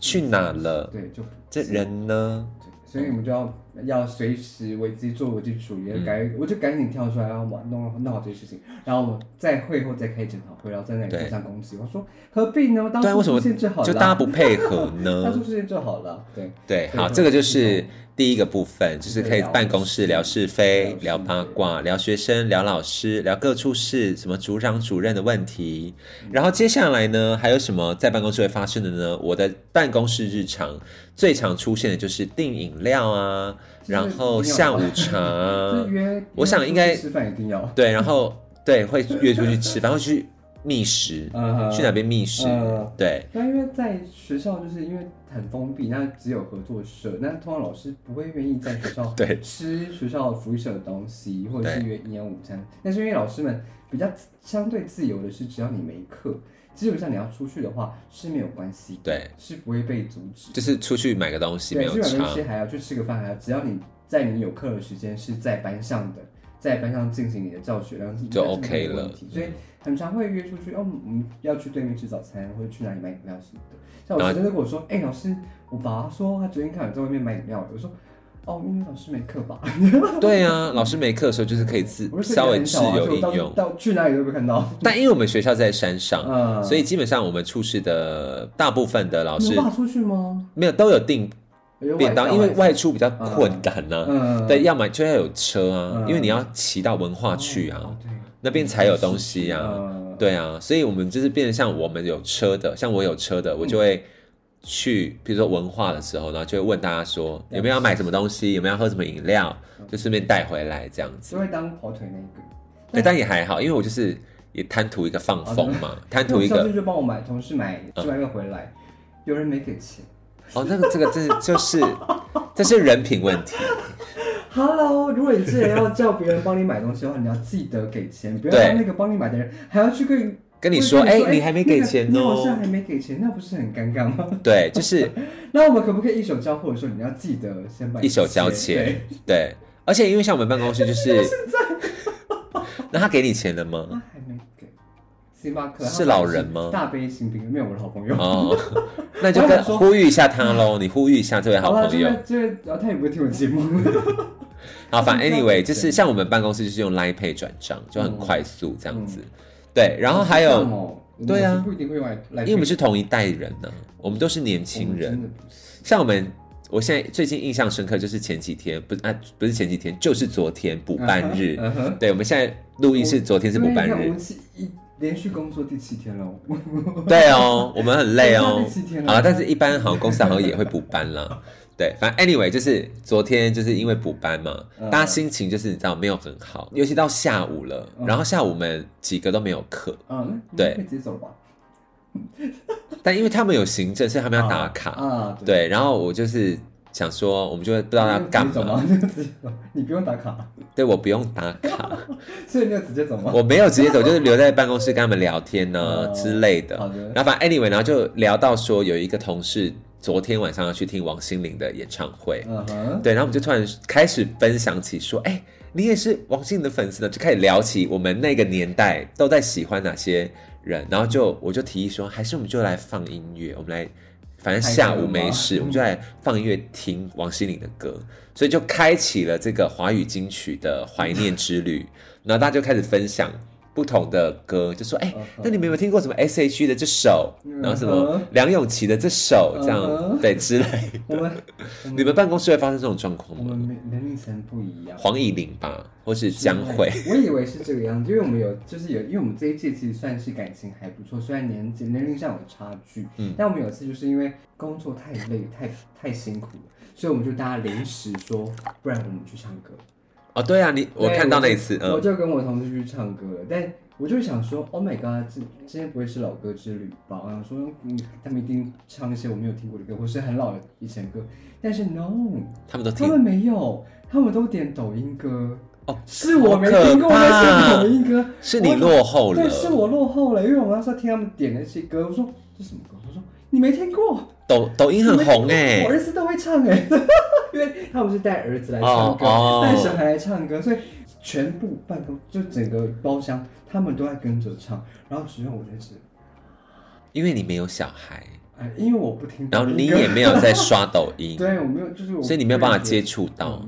[SPEAKER 2] 去哪了？
[SPEAKER 1] 对，就
[SPEAKER 2] 这人呢？
[SPEAKER 1] 对所以我们就要要随时为自己做危机处理，
[SPEAKER 2] 嗯
[SPEAKER 1] 赶、我就赶紧跳出来，然后玩弄弄好这些事情，然后我在会后再开检讨会，然后在那里
[SPEAKER 2] 对
[SPEAKER 1] 互相攻击，我说何必呢？我当
[SPEAKER 2] 对啊，为什
[SPEAKER 1] 初
[SPEAKER 2] 么
[SPEAKER 1] 出现就好了，
[SPEAKER 2] 就大家不配合
[SPEAKER 1] 当
[SPEAKER 2] 呢
[SPEAKER 1] 初？出现就好了，对。
[SPEAKER 2] 对，
[SPEAKER 1] 对
[SPEAKER 2] 好，
[SPEAKER 1] 对
[SPEAKER 2] 这个就是第一个部分，就是可以
[SPEAKER 1] 聊
[SPEAKER 2] 办公室聊是非、
[SPEAKER 1] 聊
[SPEAKER 2] 聊
[SPEAKER 1] 是
[SPEAKER 2] 八
[SPEAKER 1] 非
[SPEAKER 2] 卦、聊学生、聊老师、聊各处事，什么组长、主任的问题。
[SPEAKER 1] 嗯
[SPEAKER 2] 然后接下来呢，还有什么在办公室会发生的呢？我的办公室日常最常出现的就是订饮料啊，
[SPEAKER 1] 就是
[SPEAKER 2] 然后
[SPEAKER 1] 一定要
[SPEAKER 2] 下午茶
[SPEAKER 1] 就是
[SPEAKER 2] 啊，
[SPEAKER 1] 约，
[SPEAKER 2] 我想应该
[SPEAKER 1] 约出去吃饭一定 要，
[SPEAKER 2] 对，然后对会约出去吃，饭，会去觅食，
[SPEAKER 1] 呃，
[SPEAKER 2] 去哪边觅食
[SPEAKER 1] 嗯？
[SPEAKER 2] 对，
[SPEAKER 1] 那因为在学校，就是因为很封闭，那只有合作社，那通常老师不会愿意在学 校
[SPEAKER 2] 对
[SPEAKER 1] 吃学校福利社的东西，或者是
[SPEAKER 2] 对
[SPEAKER 1] 约营养午餐。但是因为老师们比较相对自由的是，只要你没课，基本上你要出去的话是没有关系，
[SPEAKER 2] 对，
[SPEAKER 1] 是不会被阻止。
[SPEAKER 2] 就是出去买个东西没
[SPEAKER 1] 对，
[SPEAKER 2] 有
[SPEAKER 1] 基本
[SPEAKER 2] 差
[SPEAKER 1] 上，是还要去吃个饭，还要只要你在你有课的时间是在班上的，在班上进行你的教学，然后是
[SPEAKER 2] 就
[SPEAKER 1] 那是没
[SPEAKER 2] OK
[SPEAKER 1] 有问
[SPEAKER 2] 了嗯
[SPEAKER 1] 题。所以很常会约出去，哦，我们要去对面吃早餐，或者去哪里买饮料什么的。像我学生就跟我说，哎、老师，我爸说他昨天看我在外面买饮料，我说。哦，因为老师没课吧？
[SPEAKER 2] 对啊，老师没课的时候就是可以自
[SPEAKER 1] 我说
[SPEAKER 2] 稍微
[SPEAKER 1] 自
[SPEAKER 2] 自
[SPEAKER 1] 己很小啊
[SPEAKER 2] 由
[SPEAKER 1] 所以我
[SPEAKER 2] 应
[SPEAKER 1] 到
[SPEAKER 2] 用
[SPEAKER 1] 处，到去哪里都会看到。
[SPEAKER 2] 但因为我们学校在山上，
[SPEAKER 1] 嗯，
[SPEAKER 2] 所以基本上我们出事的大部分的老
[SPEAKER 1] 你
[SPEAKER 2] 师
[SPEAKER 1] 有爸出去吗？
[SPEAKER 2] 没有都有订
[SPEAKER 1] 有
[SPEAKER 2] 便当，因为
[SPEAKER 1] 外
[SPEAKER 2] 外出比较困难
[SPEAKER 1] 带
[SPEAKER 2] 呐。
[SPEAKER 1] 嗯，
[SPEAKER 2] 对，要么就要有车啊
[SPEAKER 1] 嗯，
[SPEAKER 2] 因为你要骑到文化去
[SPEAKER 1] 哦
[SPEAKER 2] 啊，，
[SPEAKER 1] 对
[SPEAKER 2] 那边才有东西啊。
[SPEAKER 1] 嗯
[SPEAKER 2] 对啊，所以我们就是变得像我们有车的，像我有车的，我就会去，比如说文化的时候，然后就会问大家说
[SPEAKER 1] 嗯
[SPEAKER 2] 有没有要买什么东西，有没有要喝什么饮料，就顺便带回来这样子
[SPEAKER 1] 就。嗯会当跑腿那一个。
[SPEAKER 2] 对，哎但也还好，因为我就是也贪图一个放风嘛，贪
[SPEAKER 1] 哦那
[SPEAKER 2] 图
[SPEAKER 1] 我
[SPEAKER 2] 一
[SPEAKER 1] 上
[SPEAKER 2] 个嗯
[SPEAKER 1] 次就帮我买，同事买吃完又回来，有人没给钱。
[SPEAKER 2] 哦，那个这个真的就是这是人品问题，
[SPEAKER 1] Hello，如果你真的要叫别人帮你买东西的话，你要记得给钱，不要
[SPEAKER 2] 对
[SPEAKER 1] 让那个帮你买的人还要去跟
[SPEAKER 2] 跟你说，哎、
[SPEAKER 1] 会跟
[SPEAKER 2] 你还没给钱
[SPEAKER 1] 那个你好像
[SPEAKER 2] 哦、
[SPEAKER 1] 还没给钱，那不是很尴尬吗？
[SPEAKER 2] 对，就是
[SPEAKER 1] 那我们可不可以一手交货的时候，你要记得先把
[SPEAKER 2] 一手交钱，对，而且因为像我们办公室 就是，那他给你钱了
[SPEAKER 1] 对？
[SPEAKER 2] 吗？
[SPEAKER 1] 啊，还没给。星巴克
[SPEAKER 2] 是老人吗
[SPEAKER 1] 大杯新冰，没有我的好朋友。
[SPEAKER 2] 哦，那就跟呼吁一下他喽，你呼吁一下这位好
[SPEAKER 1] 了，
[SPEAKER 2] 朋
[SPEAKER 1] 这
[SPEAKER 2] 友
[SPEAKER 1] 个。这个，啊然后他也不会听我节目。
[SPEAKER 2] 好，反正
[SPEAKER 1] 这样
[SPEAKER 2] anyway
[SPEAKER 1] 子
[SPEAKER 2] 就是像我们办公室就是用 Line Pay 转账，就
[SPEAKER 1] 哦
[SPEAKER 2] 很快速这样子。对， 然后还
[SPEAKER 1] 这
[SPEAKER 2] 有
[SPEAKER 1] 样，哦，
[SPEAKER 2] 对啊
[SPEAKER 1] 嗯我们不一定会用来来
[SPEAKER 2] 因为我们是同一代人呢、我们都是年轻
[SPEAKER 1] 我们
[SPEAKER 2] 人
[SPEAKER 1] 真。的不是
[SPEAKER 2] 像我们，我现在最近印象深刻就是前几天，不啊不是前几天，就是昨天补办 日。
[SPEAKER 1] 嗯哼
[SPEAKER 2] 对，我们现在录音是昨天是补办
[SPEAKER 1] 对你看我
[SPEAKER 2] 日
[SPEAKER 1] 们。是一连续工作第七天了，
[SPEAKER 2] 对哦，我们很累
[SPEAKER 1] 我
[SPEAKER 2] 哦
[SPEAKER 1] 们现在第七天。了
[SPEAKER 2] 啊，但是一般好像公司好像也会补班啦。对，反正 anyway 就是昨天就是因为补班嘛，
[SPEAKER 1] 嗯
[SPEAKER 2] 大家心情就是你知道没有很好，尤其到下午了，
[SPEAKER 1] 嗯
[SPEAKER 2] 然后下午我们几个都没有课，
[SPEAKER 1] 嗯，
[SPEAKER 2] 对
[SPEAKER 1] 可以直接走了吧？
[SPEAKER 2] 但因为他们有行政，所以他们要打卡。
[SPEAKER 1] 啊，对，
[SPEAKER 2] 对，然后我就是想说，我们就会不知道要干
[SPEAKER 1] 你就直接走
[SPEAKER 2] 嘛。
[SPEAKER 1] 吗？ 你就直接走，你不用打卡，
[SPEAKER 2] 对，我不用打卡。
[SPEAKER 1] 所以你就直接走吗？
[SPEAKER 2] 我没有直接走，就是留在办公室跟他们聊天呢、
[SPEAKER 1] 哦
[SPEAKER 2] 之类
[SPEAKER 1] 好
[SPEAKER 2] 的。
[SPEAKER 1] 的，
[SPEAKER 2] 然后反正 anyway，然后就聊到说有一个同事昨天晚上要去听王心凌的演唱会，
[SPEAKER 1] 嗯哼，
[SPEAKER 2] 对，然后我们就突然开始分享起说，哎、你也是王心凌的粉丝呢，就开始聊起我们那个年代都在喜欢哪些人，然后就我就提议说，还是我们就来放音乐，我们来。反正下午没事，我们就来
[SPEAKER 1] 嗯
[SPEAKER 2] 放音乐听王心凌的歌，所以就开启了这个华语金曲的怀念之旅。然后大家就开始分享不同的歌，就说：“哎、
[SPEAKER 1] 嗯哼
[SPEAKER 2] 那你们有没有听过什么 S.H.E 的这首，然后
[SPEAKER 1] 嗯
[SPEAKER 2] 什么
[SPEAKER 1] 哼
[SPEAKER 2] 梁咏琪的这首，
[SPEAKER 1] 嗯
[SPEAKER 2] 这样
[SPEAKER 1] 哼
[SPEAKER 2] 对之类的
[SPEAKER 1] 我们
[SPEAKER 2] 你们办公室会发生这种状况
[SPEAKER 1] 我
[SPEAKER 2] 吗？
[SPEAKER 1] 们年年龄层不一样。
[SPEAKER 2] 黄以玲吧，或是江蕙，
[SPEAKER 1] 我以为是这个样子，因为我们有就是有，因为我们这一届其实算是感情还不错，虽然年纪年龄上有差距，
[SPEAKER 2] 嗯
[SPEAKER 1] 但我们有一次就是因为工作太累、太太辛苦了，所以我们就大家临时说，不然我们去唱歌。
[SPEAKER 2] 哦，对啊，你我
[SPEAKER 1] 对
[SPEAKER 2] 看到那一
[SPEAKER 1] 就
[SPEAKER 2] 次，
[SPEAKER 1] 我
[SPEAKER 2] 嗯，
[SPEAKER 1] 就跟我同事去唱歌了，但我就想说，Oh my god，这今天不会是老歌之旅吧？我想说，嗯，他们一定唱一些我没有听过的歌，或是很老的以前歌，但是 no，
[SPEAKER 2] 他们都
[SPEAKER 1] 他
[SPEAKER 2] 听
[SPEAKER 1] 们没有，他们都点抖音歌，
[SPEAKER 2] 哦，
[SPEAKER 1] 是我没听过
[SPEAKER 2] 好可
[SPEAKER 1] 那
[SPEAKER 2] 怕
[SPEAKER 1] 些抖音歌，
[SPEAKER 2] 是你落后了
[SPEAKER 1] 对，，是我落后了，因为我那时候听他们点那些歌，我说这什么歌？他说你没听过，
[SPEAKER 2] 抖抖音很红哎
[SPEAKER 1] 我，儿子都会唱哎、 因为他们是带儿子来唱
[SPEAKER 2] 哦
[SPEAKER 1] 歌，带小
[SPEAKER 2] 哦，
[SPEAKER 1] 孩来唱歌，所以全部办公就整个包厢他们都在跟着唱，然后只有我在这，
[SPEAKER 2] 因为你没有小孩，
[SPEAKER 1] 哎，因为我不听
[SPEAKER 2] 然
[SPEAKER 1] 抖
[SPEAKER 2] 后
[SPEAKER 1] 音歌，
[SPEAKER 2] 你也没有在刷抖 音，
[SPEAKER 1] 对我没有，就是我
[SPEAKER 2] 所以你没有办法接
[SPEAKER 1] 触
[SPEAKER 2] 触到。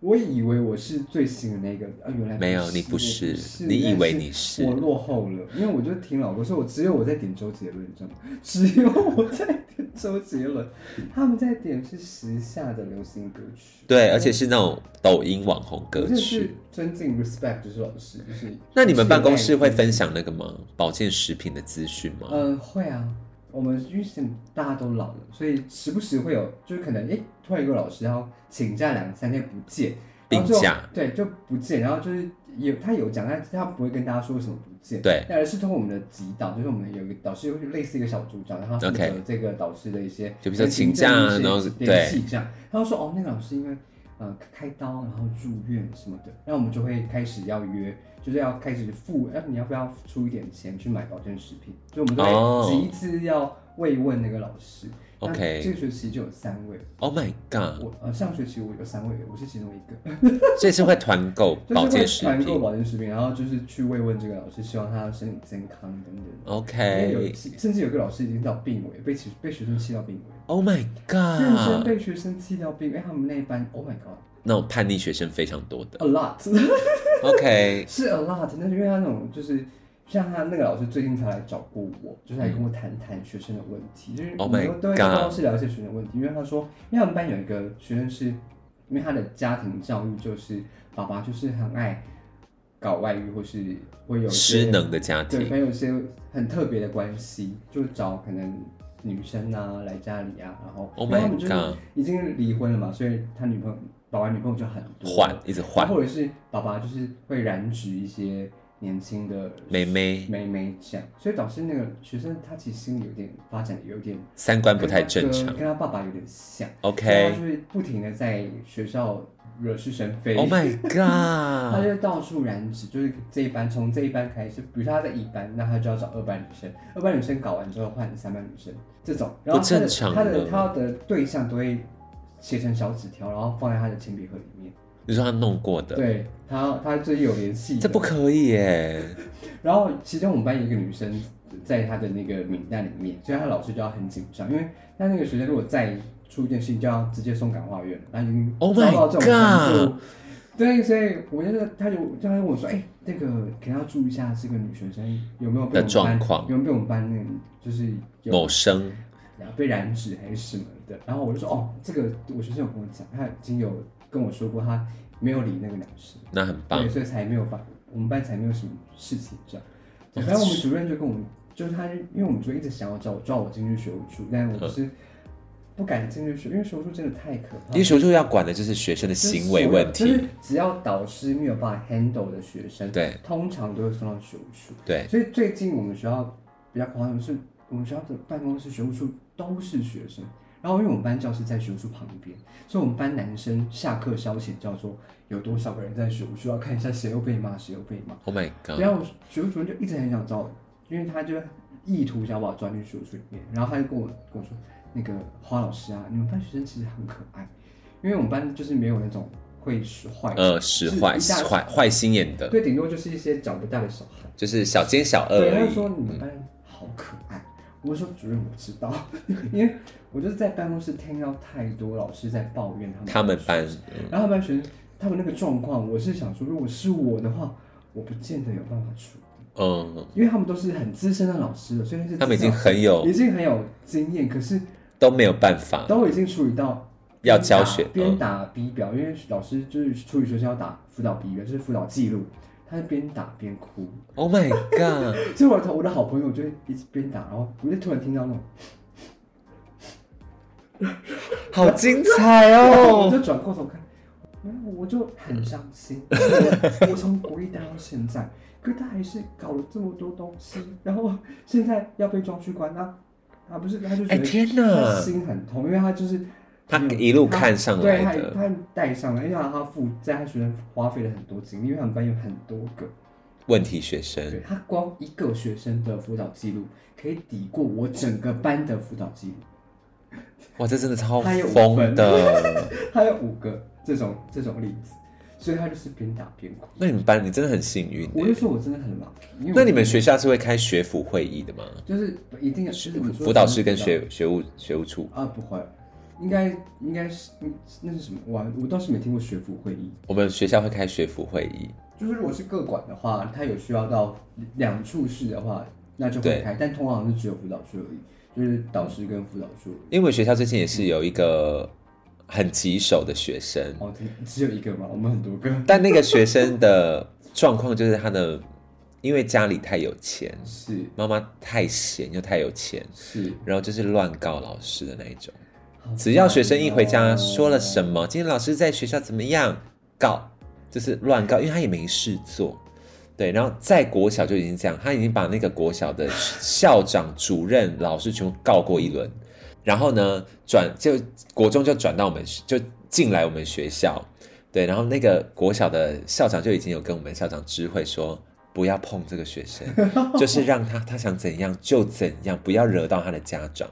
[SPEAKER 1] 我以为我是最新的那个，啊，原来
[SPEAKER 2] 没有，你
[SPEAKER 1] 不
[SPEAKER 2] 不
[SPEAKER 1] 是，
[SPEAKER 2] 是
[SPEAKER 1] 我是，
[SPEAKER 2] 你以为你
[SPEAKER 1] 但
[SPEAKER 2] 是
[SPEAKER 1] 我落后了，因为我就听老歌，所以我只有我在点周杰伦，你知道吗？只有我在点周杰伦，他们在点是时下的流行歌曲，
[SPEAKER 2] 对，而且是那种抖音网红
[SPEAKER 1] 我
[SPEAKER 2] 歌
[SPEAKER 1] 真的是
[SPEAKER 2] 曲。
[SPEAKER 1] 尊敬 respect 就是老师，就是
[SPEAKER 2] 那你们办公室会
[SPEAKER 1] 现在已经
[SPEAKER 2] 分享那个吗？保健食品的资讯吗？
[SPEAKER 1] 嗯，会啊，我们因为现在大家都老了，所以时不时会有，就是可能诶，突然有个老师要请假两三天不见，然后就
[SPEAKER 2] 病假，
[SPEAKER 1] 对，就不见，然后就是有他有讲，但是他不会跟大家说为什么不见，
[SPEAKER 2] 对，
[SPEAKER 1] 而是通过我们的指导，就是我们有一个导师会类似一个小组长，然后他负
[SPEAKER 2] OK
[SPEAKER 1] 责这个导师的一些，
[SPEAKER 2] 就比如说请假啊然后
[SPEAKER 1] 联系这样，他就说哦，那个老师因为呃开刀然后住院什么的，那我们就会开始要约，就是要开始付，哎、你要不要出一点钱去买保健食品？就我们都
[SPEAKER 2] 哦
[SPEAKER 1] 会集资要慰问那个老师。那
[SPEAKER 2] OK
[SPEAKER 1] 这个学期就有三位，
[SPEAKER 2] Oh my god！
[SPEAKER 1] 我呃上学期我有三位，我是其中一个。
[SPEAKER 2] 这次会团购保
[SPEAKER 1] 就是会
[SPEAKER 2] 健食
[SPEAKER 1] 团购
[SPEAKER 2] 品
[SPEAKER 1] 保健食品，然后就是去慰问这个老师，希望他身体健康等等。因为有
[SPEAKER 2] ，OK。
[SPEAKER 1] 甚至有个老师已经到病危，被学被学生气到病危，
[SPEAKER 2] Oh my
[SPEAKER 1] 认真
[SPEAKER 2] god！
[SPEAKER 1] 被学生气到病危。哎他们那一班，Oh my
[SPEAKER 2] 那种叛逆学生非常多的
[SPEAKER 1] God，a lot
[SPEAKER 2] ，OK。
[SPEAKER 1] 是 a lot，但是因为他那种就是。像他那个老师最近才来找过我，就是来跟我谈谈学生的问题，就是
[SPEAKER 2] 嗯
[SPEAKER 1] 我
[SPEAKER 2] Oh my
[SPEAKER 1] 们都都会
[SPEAKER 2] God
[SPEAKER 1] 跟老师聊一些学生的问题，因为他说，因为他们班有一个学生是，因为他的家庭教育就是爸爸就是很爱搞外遇，或是会有一些
[SPEAKER 2] 失能的家
[SPEAKER 1] 对，可
[SPEAKER 2] 庭，
[SPEAKER 1] 能有一些很特别的关系，就找可能女生啊来家里啊，然后
[SPEAKER 2] Oh
[SPEAKER 1] 因为他们
[SPEAKER 2] my
[SPEAKER 1] 就是已经离婚了嘛，所以他女朋友爸爸女朋友就很多，
[SPEAKER 2] 换一直换
[SPEAKER 1] 或者是爸爸就是会染指一些年轻的
[SPEAKER 2] 妹妹，
[SPEAKER 1] 妹妹这样，所以导致那个学生他其实心里有点发展有点
[SPEAKER 2] 三观不太正
[SPEAKER 1] 跟
[SPEAKER 2] 常
[SPEAKER 1] 他跟他爸爸有点像所以他
[SPEAKER 2] ，OK。
[SPEAKER 1] 就是不停的在学校惹是生非。
[SPEAKER 2] Oh my
[SPEAKER 1] 他
[SPEAKER 2] god！
[SPEAKER 1] 就到处染指，就是这一班从这一班开始，比如说他在一班，那他就要找二班女生，二班女生搞完之后换三班女生，这种，然后他的
[SPEAKER 2] 不正常
[SPEAKER 1] 他的
[SPEAKER 2] 了
[SPEAKER 1] 他的对象都会写成小纸条，然后放在他的铅笔盒里面，
[SPEAKER 2] 你说他弄过的，
[SPEAKER 1] 对他他最近有联系的，
[SPEAKER 2] 这不可以耶。
[SPEAKER 1] 然后其中我们班有一个女生在她的那个名单里面，所以她老师就要很紧张，因为她那个学生如果再出一件事情，就要直接送感化院，她已经
[SPEAKER 2] Oh
[SPEAKER 1] 遭
[SPEAKER 2] my
[SPEAKER 1] 到这种程度。
[SPEAKER 2] God
[SPEAKER 1] 对，所以我觉得她就就她问我说：“哎、那个可能要注意一下这个女学生有没有被我
[SPEAKER 2] 的
[SPEAKER 1] 们
[SPEAKER 2] 状
[SPEAKER 1] 班
[SPEAKER 2] 况
[SPEAKER 1] 有没有被我们班那个就是有
[SPEAKER 2] 某生
[SPEAKER 1] 然后被染指还是什么的。然后我就说哦，这个我学生有跟我讲，他已经有跟我说过，他没有理那个男生，
[SPEAKER 2] 那很棒
[SPEAKER 1] 对，，所以才没有发，我们班才没有什么事情这样。对反正我们主任就跟我们，就是他，因为我们主任一直想要叫我抓我进去学务处，但我是不敢进去学，因为学务处真的太可怕了。
[SPEAKER 2] 因为学术要管的就是学生的
[SPEAKER 1] 就是
[SPEAKER 2] 行为
[SPEAKER 1] 所有
[SPEAKER 2] 问
[SPEAKER 1] 就是
[SPEAKER 2] 题，
[SPEAKER 1] 只要导师没有办法 handle 的学生，
[SPEAKER 2] 对，
[SPEAKER 1] 通常都会送到学务处。
[SPEAKER 2] 对，
[SPEAKER 1] 所以最近我们学校比较夸张的是，我们学校的办公室、学务处都是学生。然后因为我们班教室在学务处旁边，所以我们班男生下课消遣叫做有多少个人在学务处，要看一下谁又被骂，谁又被骂。
[SPEAKER 2] Oh my god！
[SPEAKER 1] 然后学务主任就一直很想找我，因为他就意图想把我抓进学务处里面，然后他就跟我跟我说，那个花老师啊，你们班学生其实很可爱，因为我们班就是没有那种会使坏的，
[SPEAKER 2] 呃，使坏
[SPEAKER 1] 是一下
[SPEAKER 2] 坏坏心眼的，
[SPEAKER 1] 对，顶多就是一些长不大的小孩。
[SPEAKER 2] 就是小奸小恶
[SPEAKER 1] 对，他
[SPEAKER 2] 呃而
[SPEAKER 1] 就说
[SPEAKER 2] 已。嗯
[SPEAKER 1] 你们班好可爱。我说主任，我知道， 因为我就是在办公室听到太多老师在抱怨他们
[SPEAKER 2] 他们班
[SPEAKER 1] 然后他们班学生他们那个状况，我是想说，如果是我的话，我不见得有办法处理。
[SPEAKER 2] 嗯，
[SPEAKER 1] 因为他们都是很资深的老师了，所以是啊
[SPEAKER 2] 他们已经很有
[SPEAKER 1] 已经很有经验，可是
[SPEAKER 2] 都没有办法
[SPEAKER 1] 都已经处理到
[SPEAKER 2] 啊要教学嗯
[SPEAKER 1] 边打边打 B 表，因为老师就是处理学生要打辅导 B 表，就是辅导记录，他是边打边哭，
[SPEAKER 2] ，Oh my god！
[SPEAKER 1] 所以我的我的好朋友就会一直边打，然后我就突然听到那种，
[SPEAKER 2] 好精彩
[SPEAKER 1] 我
[SPEAKER 2] 哦！
[SPEAKER 1] 就转过头看，然后我就很伤 心，我我从国一待到现在，可他还是搞了这么多东西，然后现在要被抓去关他。啊，不是，他就觉
[SPEAKER 2] 哎
[SPEAKER 1] 得
[SPEAKER 2] 天
[SPEAKER 1] 他
[SPEAKER 2] 哪，
[SPEAKER 1] 心很痛，因为他就是
[SPEAKER 2] 他一路看上来
[SPEAKER 1] 对
[SPEAKER 2] 的，
[SPEAKER 1] 他他带上来，因为他付在他学生花费了很多精力，因为他们班有很多个，
[SPEAKER 2] 问题学生
[SPEAKER 1] 对他光一个学生的辅导记录可以抵过我整个班的辅导记录，
[SPEAKER 2] 哇，这真的超
[SPEAKER 1] 他有五
[SPEAKER 2] 哦疯
[SPEAKER 1] 分
[SPEAKER 2] 的，
[SPEAKER 1] 他有五个这种这种例子，所以他就是边打边哭。
[SPEAKER 2] 那你们班你真的很幸运
[SPEAKER 1] 我
[SPEAKER 2] 欸、
[SPEAKER 1] 就说我真的很老，因为
[SPEAKER 2] 那
[SPEAKER 1] 我
[SPEAKER 2] 你们学校是会开学府会议的吗？
[SPEAKER 1] 就是一定要就是你说
[SPEAKER 2] 辅导室跟学学务学务处，
[SPEAKER 1] 啊不会，应该应该是嗯那是什么？我我倒是没听过学府会议。
[SPEAKER 2] 我们学校会开学府会议。
[SPEAKER 1] 就是如果是各管的话，它有需要到两处室的话，那就
[SPEAKER 2] 对
[SPEAKER 1] 会开，但通常是只有辅导室而已，就是导师跟辅导处。
[SPEAKER 2] 因为我学校最近也是有一个很棘手的学生，
[SPEAKER 1] 哦，只只有一个嘛，我们很多个。
[SPEAKER 2] 但那个学生的状况就是他的，因为家里太有钱，
[SPEAKER 1] 是
[SPEAKER 2] 妈妈太闲又太有钱，
[SPEAKER 1] 是，
[SPEAKER 2] 然后就是乱告老师的那一种。
[SPEAKER 1] 好
[SPEAKER 2] 只要学生一回家
[SPEAKER 1] 烦哦
[SPEAKER 2] 说了什么，今天老师在学校怎么样，告，就是乱告，因为他也没事做。对，然后在国小就已经这样，他已经把那个国小的校长、主任、老师全部告过一轮，然后呢，转就国中就转到我们就进来我们学校，对，然后那个国小的校长就已经有跟我们校长知会说，不要碰这个学生，就是让他他想怎样就怎样，不要惹到他的家长。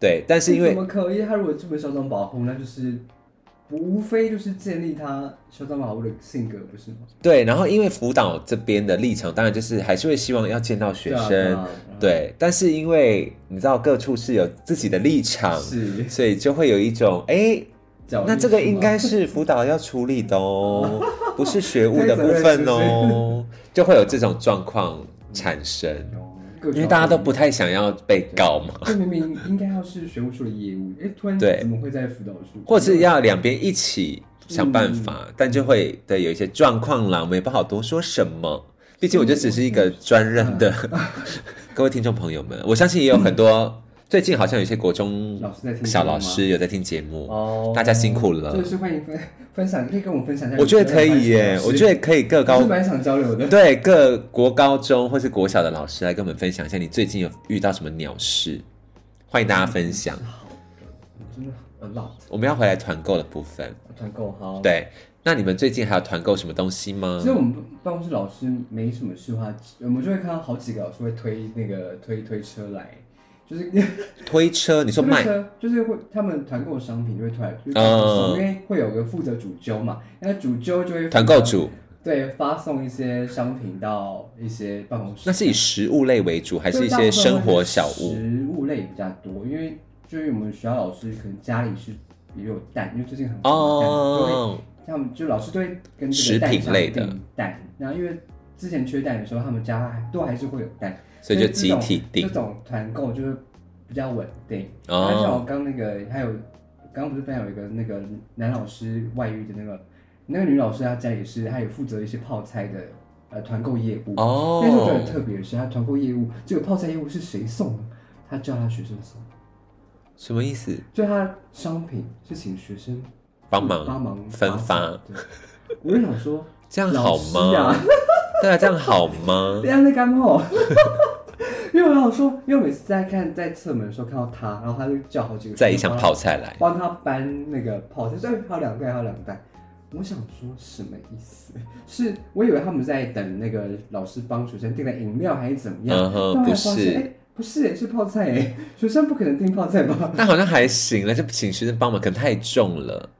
[SPEAKER 2] 对，但是因为
[SPEAKER 1] 怎么可以？他如果这么嚣张跋扈，那就是无非就是建立他嚣张跋扈的性格，不是吗？
[SPEAKER 2] 对，然后
[SPEAKER 1] 嗯
[SPEAKER 2] 因为辅导这边的立场，当然就是还是会希望要见到学
[SPEAKER 1] 对
[SPEAKER 2] 生，
[SPEAKER 1] 啊，对
[SPEAKER 2] 对。但是因为你知道各处是有自己的立
[SPEAKER 1] 啊
[SPEAKER 2] 场，
[SPEAKER 1] 是。
[SPEAKER 2] 所以就会有一种哎，
[SPEAKER 1] 角力
[SPEAKER 2] 那这个
[SPEAKER 1] 是吗
[SPEAKER 2] 应该是辅导要处理 的哦，不是学务的
[SPEAKER 1] 这个责
[SPEAKER 2] 部
[SPEAKER 1] 任
[SPEAKER 2] 分哦， 就会有这种状况产生，
[SPEAKER 1] 哦各
[SPEAKER 2] 因为
[SPEAKER 1] 种
[SPEAKER 2] 大家都不太想要被告嘛，
[SPEAKER 1] 这明明应该要是学务处的业务，哎，突然
[SPEAKER 2] 对
[SPEAKER 1] 怎么会在辅导处？
[SPEAKER 2] 或者是要两边一起想办法，
[SPEAKER 1] 嗯
[SPEAKER 2] 但就会对有一些状况啦，我们也不好多说什么。毕竟我就只是一个专任的，
[SPEAKER 1] 嗯
[SPEAKER 2] 各位听众朋友们，我相信也有很多最近好像有些国中
[SPEAKER 1] 老师在听
[SPEAKER 2] 小
[SPEAKER 1] 节目
[SPEAKER 2] 老
[SPEAKER 1] 吗
[SPEAKER 2] 师有在听节目，
[SPEAKER 1] 哦
[SPEAKER 2] 大家辛苦了
[SPEAKER 1] 就是欢迎分分享，可以跟我分享一下。
[SPEAKER 2] 我觉得可以耶，我觉得可以各
[SPEAKER 1] 高
[SPEAKER 2] 高
[SPEAKER 1] 是蛮想交流的。
[SPEAKER 2] 对各国高中或是国小的老师来跟我们分享一下你最近有遇到什么鸟事，欢迎大家分享。
[SPEAKER 1] 真的 a lot
[SPEAKER 2] 我们要回来团购的部分，
[SPEAKER 1] 团购好。，
[SPEAKER 2] 对，那你们最近还有团购什么东西吗
[SPEAKER 1] 其？实我们办公室老师没什么事的话，我们就会看到好几个老师会推那个推推车来，就是
[SPEAKER 2] 推车，你说卖
[SPEAKER 1] 推车就是会他们团购商品就会推来，就是
[SPEAKER 2] 嗯
[SPEAKER 1] 因为会有个负责主揪嘛，那主揪就会
[SPEAKER 2] 团购主，
[SPEAKER 1] 对发送一些商品到一些办公室。
[SPEAKER 2] 那是以食物类为主，还是一
[SPEAKER 1] 对
[SPEAKER 2] 些生活小物？
[SPEAKER 1] 食物类比较多，因为就是我们学校老师可能家里是也有蛋，因为最近很红蛋，就会
[SPEAKER 2] 哦，
[SPEAKER 1] 他们就老师都会跟这
[SPEAKER 2] 食
[SPEAKER 1] 个
[SPEAKER 2] 品
[SPEAKER 1] 蛋商
[SPEAKER 2] 类的
[SPEAKER 1] 订蛋，然后因为之前缺蛋的时候，他们家还都还是会有蛋，
[SPEAKER 2] 所以就集
[SPEAKER 1] 这种
[SPEAKER 2] 体订
[SPEAKER 1] 这种团购就是比较稳定。
[SPEAKER 2] 哦
[SPEAKER 1] 而且我刚那个还有刚刚不是分享有一个那个男老师外遇的那个那个女老师，她家也是，她也负责一些泡菜的呃团购业务。但是我觉得很
[SPEAKER 2] 哦，
[SPEAKER 1] 特别的是，他团购业务这个泡菜业务是谁送的？他叫他学生送，
[SPEAKER 2] 什么意思？
[SPEAKER 1] 就他商品是请学生
[SPEAKER 2] 帮忙
[SPEAKER 1] 帮忙
[SPEAKER 2] 分发
[SPEAKER 1] 送。对，我就想说，
[SPEAKER 2] 这样好
[SPEAKER 1] 老师
[SPEAKER 2] 吗
[SPEAKER 1] 啊？
[SPEAKER 2] 对啊，这样好吗
[SPEAKER 1] 人？家在干吼。 因为我想说，因为我每次在看在侧门的时候看到他，然后他就叫好几个
[SPEAKER 2] 再一
[SPEAKER 1] 学生
[SPEAKER 2] 箱
[SPEAKER 1] 帮他
[SPEAKER 2] 泡菜 来，
[SPEAKER 1] 帮他搬那个泡菜，所以还有两袋，还有两袋。我想说什么意思？是我以为他们在等那个老师帮学生订的饮料还是怎么样，
[SPEAKER 2] 嗯哼
[SPEAKER 1] 啊但我
[SPEAKER 2] 不
[SPEAKER 1] 发
[SPEAKER 2] 是
[SPEAKER 1] 现，哎、不是、哎，是泡菜、哎，学生不可能订泡菜吧？
[SPEAKER 2] 但好像还行了，就请学生帮忙，可能太重了。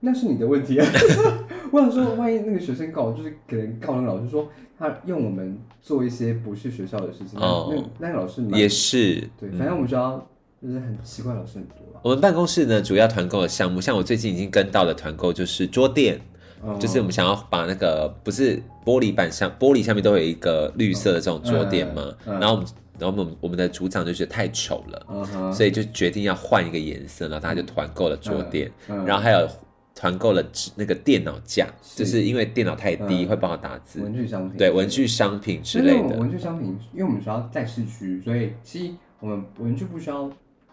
[SPEAKER 1] 那是你的问题啊！ 我想说，万一那个学生告，就是可能告那个老师说他用我们做一些不是学校的事情，那
[SPEAKER 2] 哦
[SPEAKER 1] 那那个老师蛮
[SPEAKER 2] 也嗯是，
[SPEAKER 1] 对，反正我们学校就是很奇怪，老师很多啊了。
[SPEAKER 2] 我们办公室呢主要团购的项目，像我最近已经跟到的团购就是桌垫，
[SPEAKER 1] 嗯
[SPEAKER 2] 就是我们想要把那个不是玻璃板上，玻璃下面都有一个绿色的这种桌垫嘛，
[SPEAKER 1] 嗯嗯
[SPEAKER 2] 然后我们然后我们我们的组长就觉得太丑了，
[SPEAKER 1] 嗯哼，
[SPEAKER 2] 所以就决定要换一个颜色，然后大家就团购了桌垫，
[SPEAKER 1] 嗯
[SPEAKER 2] 然后还有团购了纸那个电脑架，
[SPEAKER 1] 是
[SPEAKER 2] 就是因为电脑太低、
[SPEAKER 1] 嗯
[SPEAKER 2] 会不好打字，
[SPEAKER 1] 文具商品
[SPEAKER 2] 对文具商品之
[SPEAKER 1] 所以
[SPEAKER 2] 类
[SPEAKER 1] 我们
[SPEAKER 2] 的。
[SPEAKER 1] 文具商品，因为我们学校在市区，所以其实我们文具不需要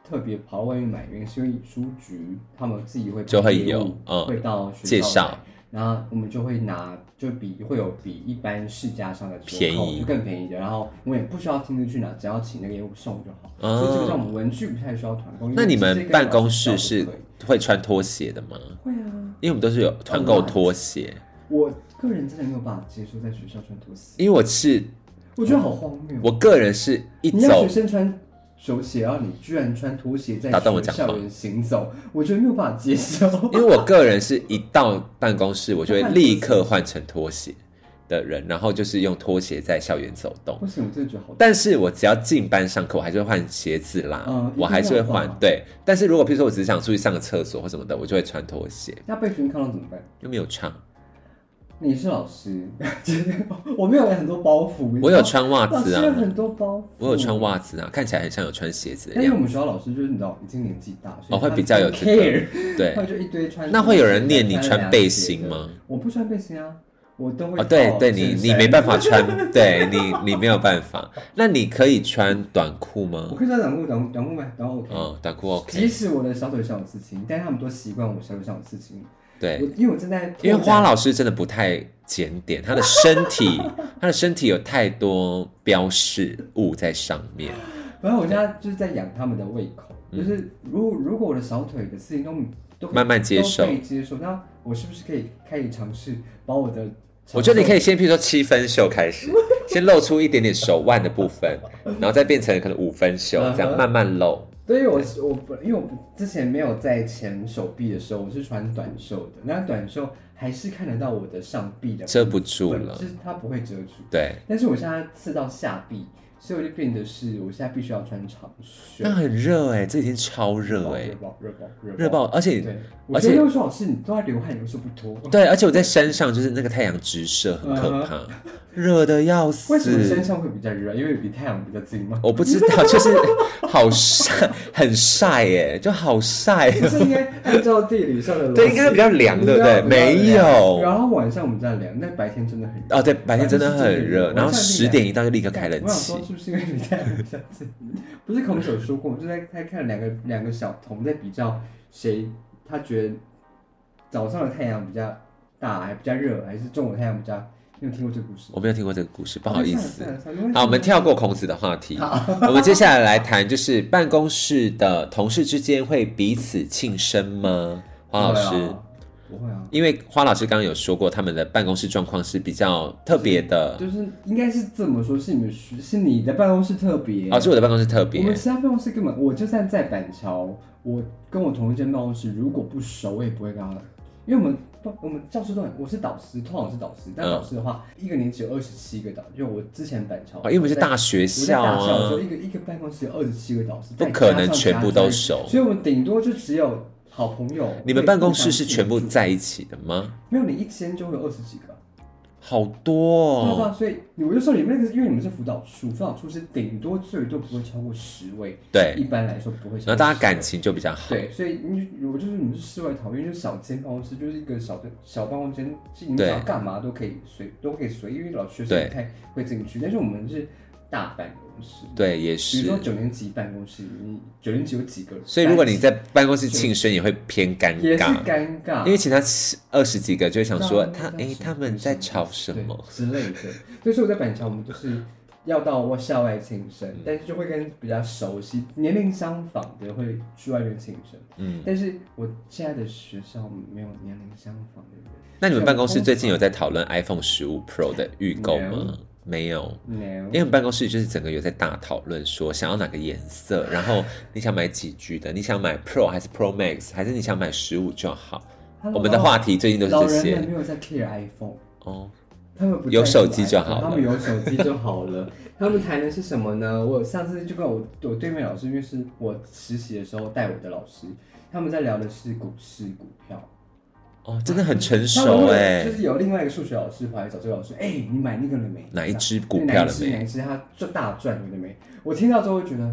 [SPEAKER 1] 特别跑到外面买，原因是因为书局他们自己会
[SPEAKER 2] 就会有
[SPEAKER 1] 业务
[SPEAKER 2] 嗯
[SPEAKER 1] 会到学校
[SPEAKER 2] 介绍
[SPEAKER 1] 来，然后我们就会拿，就比会有比一般市价上的折扣
[SPEAKER 2] 便宜
[SPEAKER 1] 就更便宜的，然后我们也不需要亲自去拿，只要请那个业务送就好。
[SPEAKER 2] 哦
[SPEAKER 1] 所以基本上我们文具不太需要团购。因为
[SPEAKER 2] 那你
[SPEAKER 1] 直接
[SPEAKER 2] 们
[SPEAKER 1] 跟
[SPEAKER 2] 办公
[SPEAKER 1] 老
[SPEAKER 2] 室
[SPEAKER 1] 师
[SPEAKER 2] 是
[SPEAKER 1] 叫就可以
[SPEAKER 2] 会穿拖鞋的吗？
[SPEAKER 1] 会啊？
[SPEAKER 2] 因为我们都是有团购拖鞋，
[SPEAKER 1] 我个人真的没有办法接受在学校穿拖鞋，
[SPEAKER 2] 因为我是
[SPEAKER 1] 我觉得好荒谬。
[SPEAKER 2] 我个人是一
[SPEAKER 1] 你让
[SPEAKER 2] 走
[SPEAKER 1] 学生穿球鞋，然后你居然穿拖鞋在
[SPEAKER 2] 打断我
[SPEAKER 1] 学
[SPEAKER 2] 讲
[SPEAKER 1] 校
[SPEAKER 2] 话
[SPEAKER 1] 园行走，我觉得没有办法接受。
[SPEAKER 2] 因为我个人是一到办公室，我就会立刻换成拖鞋的人，然后就是用拖鞋在校园走动。
[SPEAKER 1] 不行，我真的觉得好。
[SPEAKER 2] 但是我只要进班上课，我还是会换鞋子啦，
[SPEAKER 1] 嗯
[SPEAKER 2] 我还是
[SPEAKER 1] 一
[SPEAKER 2] 会
[SPEAKER 1] 定要
[SPEAKER 2] 换
[SPEAKER 1] 吧。
[SPEAKER 2] 对，但是如果譬如说我只是想出去上个厕所或什么的，我就会穿拖鞋，
[SPEAKER 1] 那被学生看到怎么办？
[SPEAKER 2] 又没有唱，
[SPEAKER 1] 嗯你是老师， 我没有很多包袱。你知道
[SPEAKER 2] 我有穿袜
[SPEAKER 1] 老
[SPEAKER 2] 子
[SPEAKER 1] 师有
[SPEAKER 2] 啊，
[SPEAKER 1] 很哎多包袱，
[SPEAKER 2] 我有穿。袜子啊，看起来很像有穿鞋子的
[SPEAKER 1] 但因为
[SPEAKER 2] 样
[SPEAKER 1] 我
[SPEAKER 2] 子。
[SPEAKER 1] 们学校老师就是你知道已经年纪大，所以
[SPEAKER 2] 哦会
[SPEAKER 1] 他
[SPEAKER 2] 比较有
[SPEAKER 1] 不
[SPEAKER 2] 这个
[SPEAKER 1] care，
[SPEAKER 2] 对
[SPEAKER 1] 他，就一堆穿。
[SPEAKER 2] 那会有人念你
[SPEAKER 1] 凉
[SPEAKER 2] 穿
[SPEAKER 1] 鞋
[SPEAKER 2] 背
[SPEAKER 1] 的
[SPEAKER 2] 心？吗？
[SPEAKER 1] 我不穿背心啊，我都会
[SPEAKER 2] 哦，对
[SPEAKER 1] 套
[SPEAKER 2] 对，你
[SPEAKER 1] 衬
[SPEAKER 2] 你
[SPEAKER 1] 衫
[SPEAKER 2] 没 办法穿，对你你没有办法。那你可以穿短裤
[SPEAKER 1] 我
[SPEAKER 2] 吗？
[SPEAKER 1] 可以穿短裤，短裤短裤买，短裤 OK。
[SPEAKER 2] 哦，短裤 OK。
[SPEAKER 1] 嗯即使我的小腿上有刺青，但他们都习惯我小腿上有刺青。我
[SPEAKER 2] 对，
[SPEAKER 1] 因为我正在
[SPEAKER 2] 因为花
[SPEAKER 1] 了
[SPEAKER 2] 老师真的不太检点，他的身 体，他的身体有太多标示物在上面。
[SPEAKER 1] 反正我现在就是在养他们的胃口，就是如果如果我的小腿的刺青都都可以
[SPEAKER 2] 嗯慢慢接受
[SPEAKER 1] 都可以接受，那我是不是可以开始尝试把我的？
[SPEAKER 2] 我觉得你可以先，譬如说七分袖 开始，先露出一点点手腕的部分，然后再变成可能五分袖，这
[SPEAKER 1] 嗯哼
[SPEAKER 2] 样慢慢露。
[SPEAKER 1] 对，因为我是我不因为我之前没有在前手臂的时候，我是穿短袖的，那短袖还是看得到我的上臂的
[SPEAKER 2] 遮不住
[SPEAKER 1] 部分
[SPEAKER 2] 了
[SPEAKER 1] 就，是它不会遮住。
[SPEAKER 2] 对，
[SPEAKER 1] 但是我现在刺到下臂，所以我就变得是我现在必须要穿长袖
[SPEAKER 2] 那。很热哎、这几天超热哎、
[SPEAKER 1] 热爆热爆热爆
[SPEAKER 2] 热！爆，而且
[SPEAKER 1] 对，我
[SPEAKER 2] 而
[SPEAKER 1] 觉
[SPEAKER 2] 且
[SPEAKER 1] 得又说老师，你都在流汗，你为什么不脱？
[SPEAKER 2] 对，而且我在山上，就是那个太阳直射，很可怕，热的要
[SPEAKER 1] 嗯
[SPEAKER 2] 死。
[SPEAKER 1] 为什么身上会比较热？因为比太阳比较近 吗？
[SPEAKER 2] 我不知道，就是好晒，很晒耶，就好晒。
[SPEAKER 1] 不是应该按照地理上的逻辑？
[SPEAKER 2] 对，应该比较凉，对不对？
[SPEAKER 1] 比较凉
[SPEAKER 2] 没有。
[SPEAKER 1] 然后晚上我们这样凉，但白天真的很热。
[SPEAKER 2] 哦，对，白天真的很热，
[SPEAKER 1] 晚上
[SPEAKER 2] 然后
[SPEAKER 1] 是这
[SPEAKER 2] 十
[SPEAKER 1] 样
[SPEAKER 2] 点一到就立刻开冷
[SPEAKER 1] 我想说，。
[SPEAKER 2] 气
[SPEAKER 1] 是不是因为比太阳比较近？不是孔子有说过吗，就在在看两个两个小童在比较谁，他觉得早上的太阳比较大，还比较热，还是中午的太阳比较？你有听过这个故事？哎
[SPEAKER 2] 我没有听过这个故事，不好意思
[SPEAKER 1] 算。了，算了算了
[SPEAKER 2] 好，我们跳过孔子的话题， 我们接下来来谈，就是办公室的同事之间会彼此庆生吗？黄老师，，
[SPEAKER 1] 不会啊，
[SPEAKER 2] 因为花老师刚刚有说过，他们的办公室状况是比较特别的，
[SPEAKER 1] 就是应该是这么说，是你们学是你的办公室特别
[SPEAKER 2] 哦，是我的办公室特别
[SPEAKER 1] 我，们其他办公室根本，我就算在板桥，我跟我同一间办公室，如果不熟，我也不会跟他，因为我们我们教室都很，我是导师，通常我是导师，但
[SPEAKER 2] 嗯
[SPEAKER 1] 导师的话，一个年级有二十七个导，因为我之前板桥，
[SPEAKER 2] 哦因为我们是
[SPEAKER 1] 我在
[SPEAKER 2] 大学校
[SPEAKER 1] 我在大校的
[SPEAKER 2] 啊
[SPEAKER 1] 时候，，一个一个办公室有二十七个导师，
[SPEAKER 2] 不
[SPEAKER 1] 再
[SPEAKER 2] 可
[SPEAKER 1] 加
[SPEAKER 2] 能
[SPEAKER 1] 上
[SPEAKER 2] 全
[SPEAKER 1] 家
[SPEAKER 2] 部都
[SPEAKER 1] 教
[SPEAKER 2] 熟。
[SPEAKER 1] 所以我们顶多就只有好朋友。
[SPEAKER 2] 你们
[SPEAKER 1] 会
[SPEAKER 2] 办公
[SPEAKER 1] 互相
[SPEAKER 2] 室是全部
[SPEAKER 1] 庆祝
[SPEAKER 2] 在一起的吗？
[SPEAKER 1] 没有，你一间就会有二十几个。
[SPEAKER 2] 好多
[SPEAKER 1] 对
[SPEAKER 2] 哦，
[SPEAKER 1] 吧？所以我就说你们那个，因为你们是辅导处，辅导处是顶多最多不会超过十位，一
[SPEAKER 2] 对，
[SPEAKER 1] 般来说不会超过10位。
[SPEAKER 2] 然后大家感情就比较好，
[SPEAKER 1] 对，所以你我就是你们是室外讨论，就是小间办公室，就是一个小的小办公间，是你
[SPEAKER 2] 对
[SPEAKER 1] 想要干嘛都可以随都可以随意，因为老师生
[SPEAKER 2] 对
[SPEAKER 1] 不太会进去，但是我们是大办公室，
[SPEAKER 2] 对，也
[SPEAKER 1] 比如
[SPEAKER 2] 是
[SPEAKER 1] 说。九年级办公室，你九年级有几个人？
[SPEAKER 2] 所以如果你
[SPEAKER 1] 班
[SPEAKER 2] 在办公室庆生，也会偏尴
[SPEAKER 1] 级也是
[SPEAKER 2] 尬，
[SPEAKER 1] 尴尬，
[SPEAKER 2] 因为其他十二十几个就会想说
[SPEAKER 1] 那
[SPEAKER 2] 他
[SPEAKER 1] 那
[SPEAKER 2] 诶，
[SPEAKER 1] 是
[SPEAKER 2] 他们在吵什么？
[SPEAKER 1] 对之类的。所以说我在板桥，我们就是要到我校外庆生，
[SPEAKER 2] 嗯
[SPEAKER 1] 但是就会跟比较熟悉、年龄相仿的会去外面庆生。
[SPEAKER 2] 嗯，
[SPEAKER 1] 但是我现在的学校没有年龄相仿的人。
[SPEAKER 2] 那你们办公室最近有在讨论 iPhone 十五 Pro 的预购吗？没有，因
[SPEAKER 1] No，
[SPEAKER 2] 为我们办公室就是整个有在大讨论说想要哪个颜色，然后你想买几 G 的，你想买 Pro 还是 Pro Max，还是你想买十五就好。我们的话题最近都
[SPEAKER 1] 哦老
[SPEAKER 2] 是这
[SPEAKER 1] 人们
[SPEAKER 2] 些
[SPEAKER 1] 没有在 care iPhone，
[SPEAKER 2] 哦。
[SPEAKER 1] 他们不
[SPEAKER 2] 有
[SPEAKER 1] 在乎
[SPEAKER 2] 手机就
[SPEAKER 1] iPhone，
[SPEAKER 2] 好了
[SPEAKER 1] 他们有手机就好了。他们谈的是什么呢？我上次就跟我我对面老师，因为是我实习的时候带我的老师，他们在聊的是股市股票。
[SPEAKER 2] 哦，真的很成
[SPEAKER 1] 他们
[SPEAKER 2] 熟
[SPEAKER 1] 会
[SPEAKER 2] 哎、
[SPEAKER 1] 就是有另外一个数学老师跑来找这个老师，哎、你买那个了没？
[SPEAKER 2] 哪一只
[SPEAKER 1] 对
[SPEAKER 2] 股票了
[SPEAKER 1] 哪
[SPEAKER 2] 没？
[SPEAKER 1] 一只？哪一只他赚大赚有的没？我听到之后会觉得，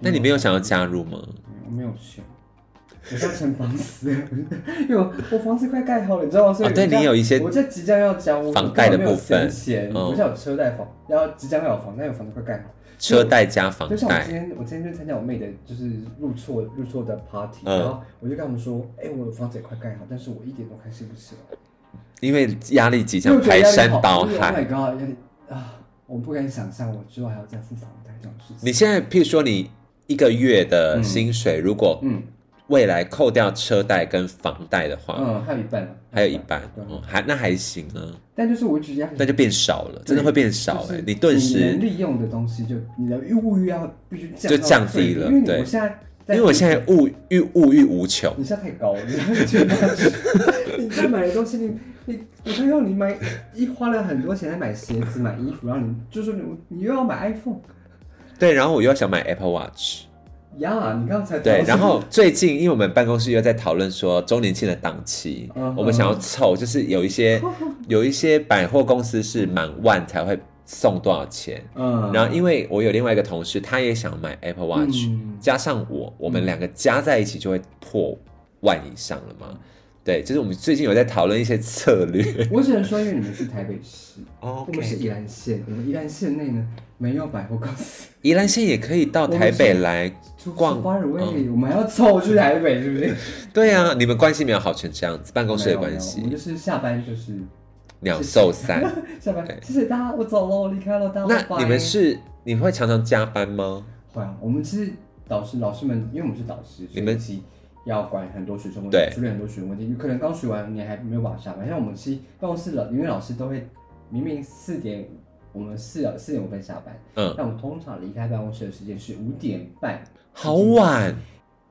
[SPEAKER 2] 那你没有想要加入吗？
[SPEAKER 1] 我没有钱，我要成房子， 因为我我房子快盖好了，你知道吗？所以
[SPEAKER 2] 啊对
[SPEAKER 1] 我在
[SPEAKER 2] 你有一些
[SPEAKER 1] 我在即将要交屋
[SPEAKER 2] 房贷的部分
[SPEAKER 1] 我根本没有闲钱，
[SPEAKER 2] 嗯
[SPEAKER 1] 我现在有车贷房，然后即将要有房，但有房子快盖好。
[SPEAKER 2] 车贷加房
[SPEAKER 1] 就像我今
[SPEAKER 2] 贷，
[SPEAKER 1] 天，我今天就参加我妹的，就是入错入错的 party，、
[SPEAKER 2] 嗯
[SPEAKER 1] 然后我就跟他们说，哎、我的房子也快盖好，但是我一点都开心不起来。
[SPEAKER 2] 因为压力即
[SPEAKER 1] 因为
[SPEAKER 2] 将
[SPEAKER 1] 我觉得
[SPEAKER 2] 排
[SPEAKER 1] 压力
[SPEAKER 2] 山
[SPEAKER 1] 好
[SPEAKER 2] 倒
[SPEAKER 1] 就是 Oh my
[SPEAKER 2] 海。
[SPEAKER 1] god，压力啊！我不敢想象我之后还要再付房贷这种事情。
[SPEAKER 2] 你现在譬如说你一个月的薪水，如果
[SPEAKER 1] 嗯，
[SPEAKER 2] 未来扣掉车贷跟房贷的话，
[SPEAKER 1] 嗯，还有一半啊，
[SPEAKER 2] 还有一半，
[SPEAKER 1] 对
[SPEAKER 2] 哦，还那还行啊，
[SPEAKER 1] 但就是我只要
[SPEAKER 2] 那就变少了，真的会变少
[SPEAKER 1] 就
[SPEAKER 2] 哎、
[SPEAKER 1] 是
[SPEAKER 2] 你顿时
[SPEAKER 1] 能利用的东西就你的物欲要必须降
[SPEAKER 2] 就
[SPEAKER 1] 到
[SPEAKER 2] 降
[SPEAKER 1] 最
[SPEAKER 2] 低
[SPEAKER 1] 低
[SPEAKER 2] 了
[SPEAKER 1] 因为你
[SPEAKER 2] 对
[SPEAKER 1] 我现在
[SPEAKER 2] 因为我现在物欲物欲无穷，
[SPEAKER 1] 你现在太高了，你觉得你在买的东西，你你我看到你买一花了很多钱来买鞋子、买衣服，然后你就是你你又要买 iPhone
[SPEAKER 2] 对，然后我又想买 Apple Watch，
[SPEAKER 1] 呀，你刚才讨
[SPEAKER 2] 对，
[SPEAKER 1] 论
[SPEAKER 2] 然后最近因为我们办公室又在讨论说周年庆的档期
[SPEAKER 1] 嗯哼
[SPEAKER 2] 我们想要凑，就是有 一些有一些百货公司是满万才会送多少钱，
[SPEAKER 1] 嗯，
[SPEAKER 2] 然后因为我有另外一个同事，他也想买 Apple Watch，、
[SPEAKER 1] 嗯
[SPEAKER 2] 加上我，我们两个加在一起就会破万以上了嘛。对，就是我们最近有在讨论一些策 略。
[SPEAKER 1] 我只能说，因为你们是台北市我们是
[SPEAKER 2] OK，
[SPEAKER 1] 宜兰县，我们宜兰县内呢没有百货公司，
[SPEAKER 2] 宜兰县也可以到台北来。
[SPEAKER 1] 除
[SPEAKER 2] 逛嗯
[SPEAKER 1] 花蕊味，我们还要凑去台北，是不是？
[SPEAKER 2] 对啊，你们关系没有好成这样子，办公室的
[SPEAKER 1] 没有没有
[SPEAKER 2] 关
[SPEAKER 1] 我们
[SPEAKER 2] 系
[SPEAKER 1] 就是下班就是
[SPEAKER 2] 两寿三。
[SPEAKER 1] 下班，谢谢大家，我走了，我离开了，大家拜拜。
[SPEAKER 2] 哎那你们是你们会常常加班吗？
[SPEAKER 1] 会啊，我们其实导师老师们，因为我们是导师，
[SPEAKER 2] 你们
[SPEAKER 1] 其实要管很多学生问
[SPEAKER 2] 对
[SPEAKER 1] 题，处理很多学生问题。你可能刚学完，你还没有办法下班。像我们其实办公室老，因为老师都会明明四点，我们四四点五分下班，
[SPEAKER 2] 嗯，
[SPEAKER 1] 但我们通常离开办公室的时间是五点半，
[SPEAKER 2] 好晚，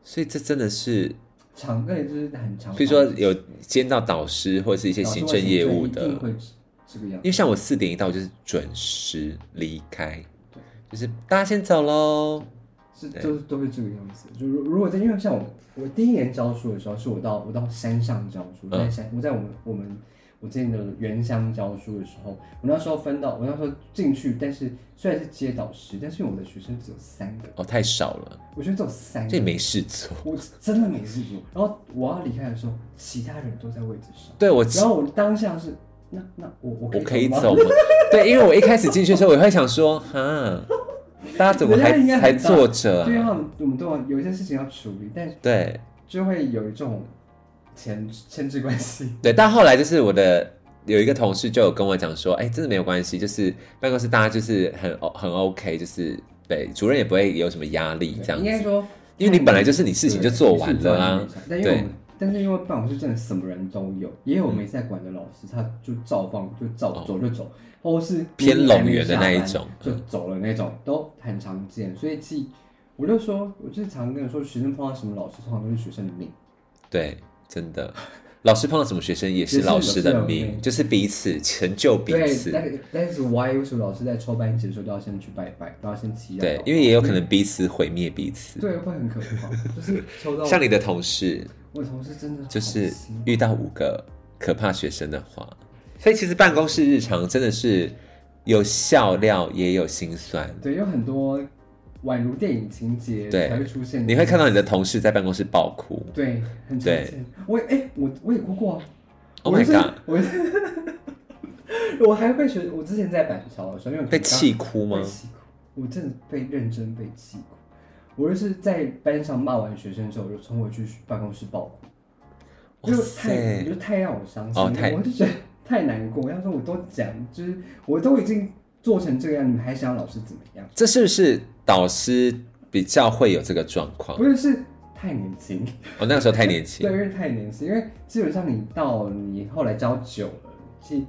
[SPEAKER 2] 所以这真的是，
[SPEAKER 1] 长那就是很长。
[SPEAKER 2] 比如说有兼到导师或者是一些行政业务的，
[SPEAKER 1] 老师会行政一定会这个样
[SPEAKER 2] 因为像我四点一到就是准时离开，就是大家先走喽。
[SPEAKER 1] 是都都会这个样子。就如如果在，因为像我，我第一年教书的时候，是我到我到山上教书，
[SPEAKER 2] 嗯
[SPEAKER 1] 在山，我在我们我们我之前的原乡教书的时候，我那时候分到我那时候进去，但是虽然是接导师，但是因为我的学生只有三个，
[SPEAKER 2] 哦，太少了，
[SPEAKER 1] 我学生只有三
[SPEAKER 2] 这也
[SPEAKER 1] 个，
[SPEAKER 2] 没事做。
[SPEAKER 1] 我真的没事做。然后我要离开的时候，其他人都在位置上，
[SPEAKER 2] 对我，
[SPEAKER 1] 然后我当下是，那那我我
[SPEAKER 2] 我可以
[SPEAKER 1] 吗
[SPEAKER 2] 走吗？对，因为我一开始进去的时候，我会想说，哈，大家怎么还
[SPEAKER 1] 人家应该
[SPEAKER 2] 还
[SPEAKER 1] 很大
[SPEAKER 2] 坐着
[SPEAKER 1] 对
[SPEAKER 2] 啊？
[SPEAKER 1] 啊，我们都有有一些事情要处理，但
[SPEAKER 2] 对
[SPEAKER 1] 就会有一种牵牵制关系。
[SPEAKER 2] 对，但后来就是我的有一个同事就有跟我讲说，哎、真的没有关系，就是办公室大家就是很哦很 OK，就是对主任也不会有什么压力这样
[SPEAKER 1] 应该
[SPEAKER 2] 子，
[SPEAKER 1] 说，
[SPEAKER 2] 因为你本来就是你事情就做完了
[SPEAKER 1] 对事
[SPEAKER 2] 啊
[SPEAKER 1] 情做完了。但因为我
[SPEAKER 2] 对
[SPEAKER 1] 们，但是因为办公室真的什么人都有，也有没在管的老师，他就照放就照走就走，或是
[SPEAKER 2] 偏拢员的那一种
[SPEAKER 1] 就走了那种，都很常见。所以其实我就说，我就常跟人说，学生碰到什么老师，通常都是学生的命。
[SPEAKER 2] 对，真的。老师碰到什么学生也是
[SPEAKER 1] 也是
[SPEAKER 2] 老
[SPEAKER 1] 老
[SPEAKER 2] 师
[SPEAKER 1] 师
[SPEAKER 2] 的
[SPEAKER 1] 的
[SPEAKER 2] 命，
[SPEAKER 1] 命
[SPEAKER 2] 就是彼此成就彼
[SPEAKER 1] 对，
[SPEAKER 2] 此。
[SPEAKER 1] 但是但是 why 为什么老师在抽班级的时候都要先去拜拜，都要先祈祷？
[SPEAKER 2] 对，因为也有可能彼此毁灭彼此。
[SPEAKER 1] 对会很 可怕，就是抽到
[SPEAKER 2] 像你的同事，
[SPEAKER 1] 我同事真的
[SPEAKER 2] 就是
[SPEAKER 1] 好辛苦
[SPEAKER 2] 遇到五个可怕学生的话，所以其实办公室日常真的是有笑料，也有心酸。
[SPEAKER 1] 对，有很多宛如电影情节
[SPEAKER 2] 对
[SPEAKER 1] 才会出现。
[SPEAKER 2] 你会看到你的同事在办公室爆哭。
[SPEAKER 1] 对，很常
[SPEAKER 2] 对
[SPEAKER 1] 见。我也哎、我我也哭过啊。
[SPEAKER 2] Oh
[SPEAKER 1] 我
[SPEAKER 2] my
[SPEAKER 1] 是
[SPEAKER 2] god！
[SPEAKER 1] 我是我 还会学，我之前在板桥的时候，因为我
[SPEAKER 2] 被
[SPEAKER 1] 刚
[SPEAKER 2] 气哭吗
[SPEAKER 1] 被？气哭，我真的被认真被气哭。我就是在班上骂完学生之后，我就冲回去办公室爆哭，
[SPEAKER 2] 哇
[SPEAKER 1] 因为太
[SPEAKER 2] 塞
[SPEAKER 1] 我！就太让我伤心
[SPEAKER 2] 哦
[SPEAKER 1] 了，
[SPEAKER 2] 太
[SPEAKER 1] 我就觉得太难过。要说我都讲，就是我都已经做成这个样，你们还想要老师怎么样？
[SPEAKER 2] 这是不是导师比较会有这个状况？
[SPEAKER 1] 不是是太年轻。
[SPEAKER 2] 我、那个时候太年哦轻
[SPEAKER 1] 对，，因为太年轻，因为基本上你到你后来教久了，其实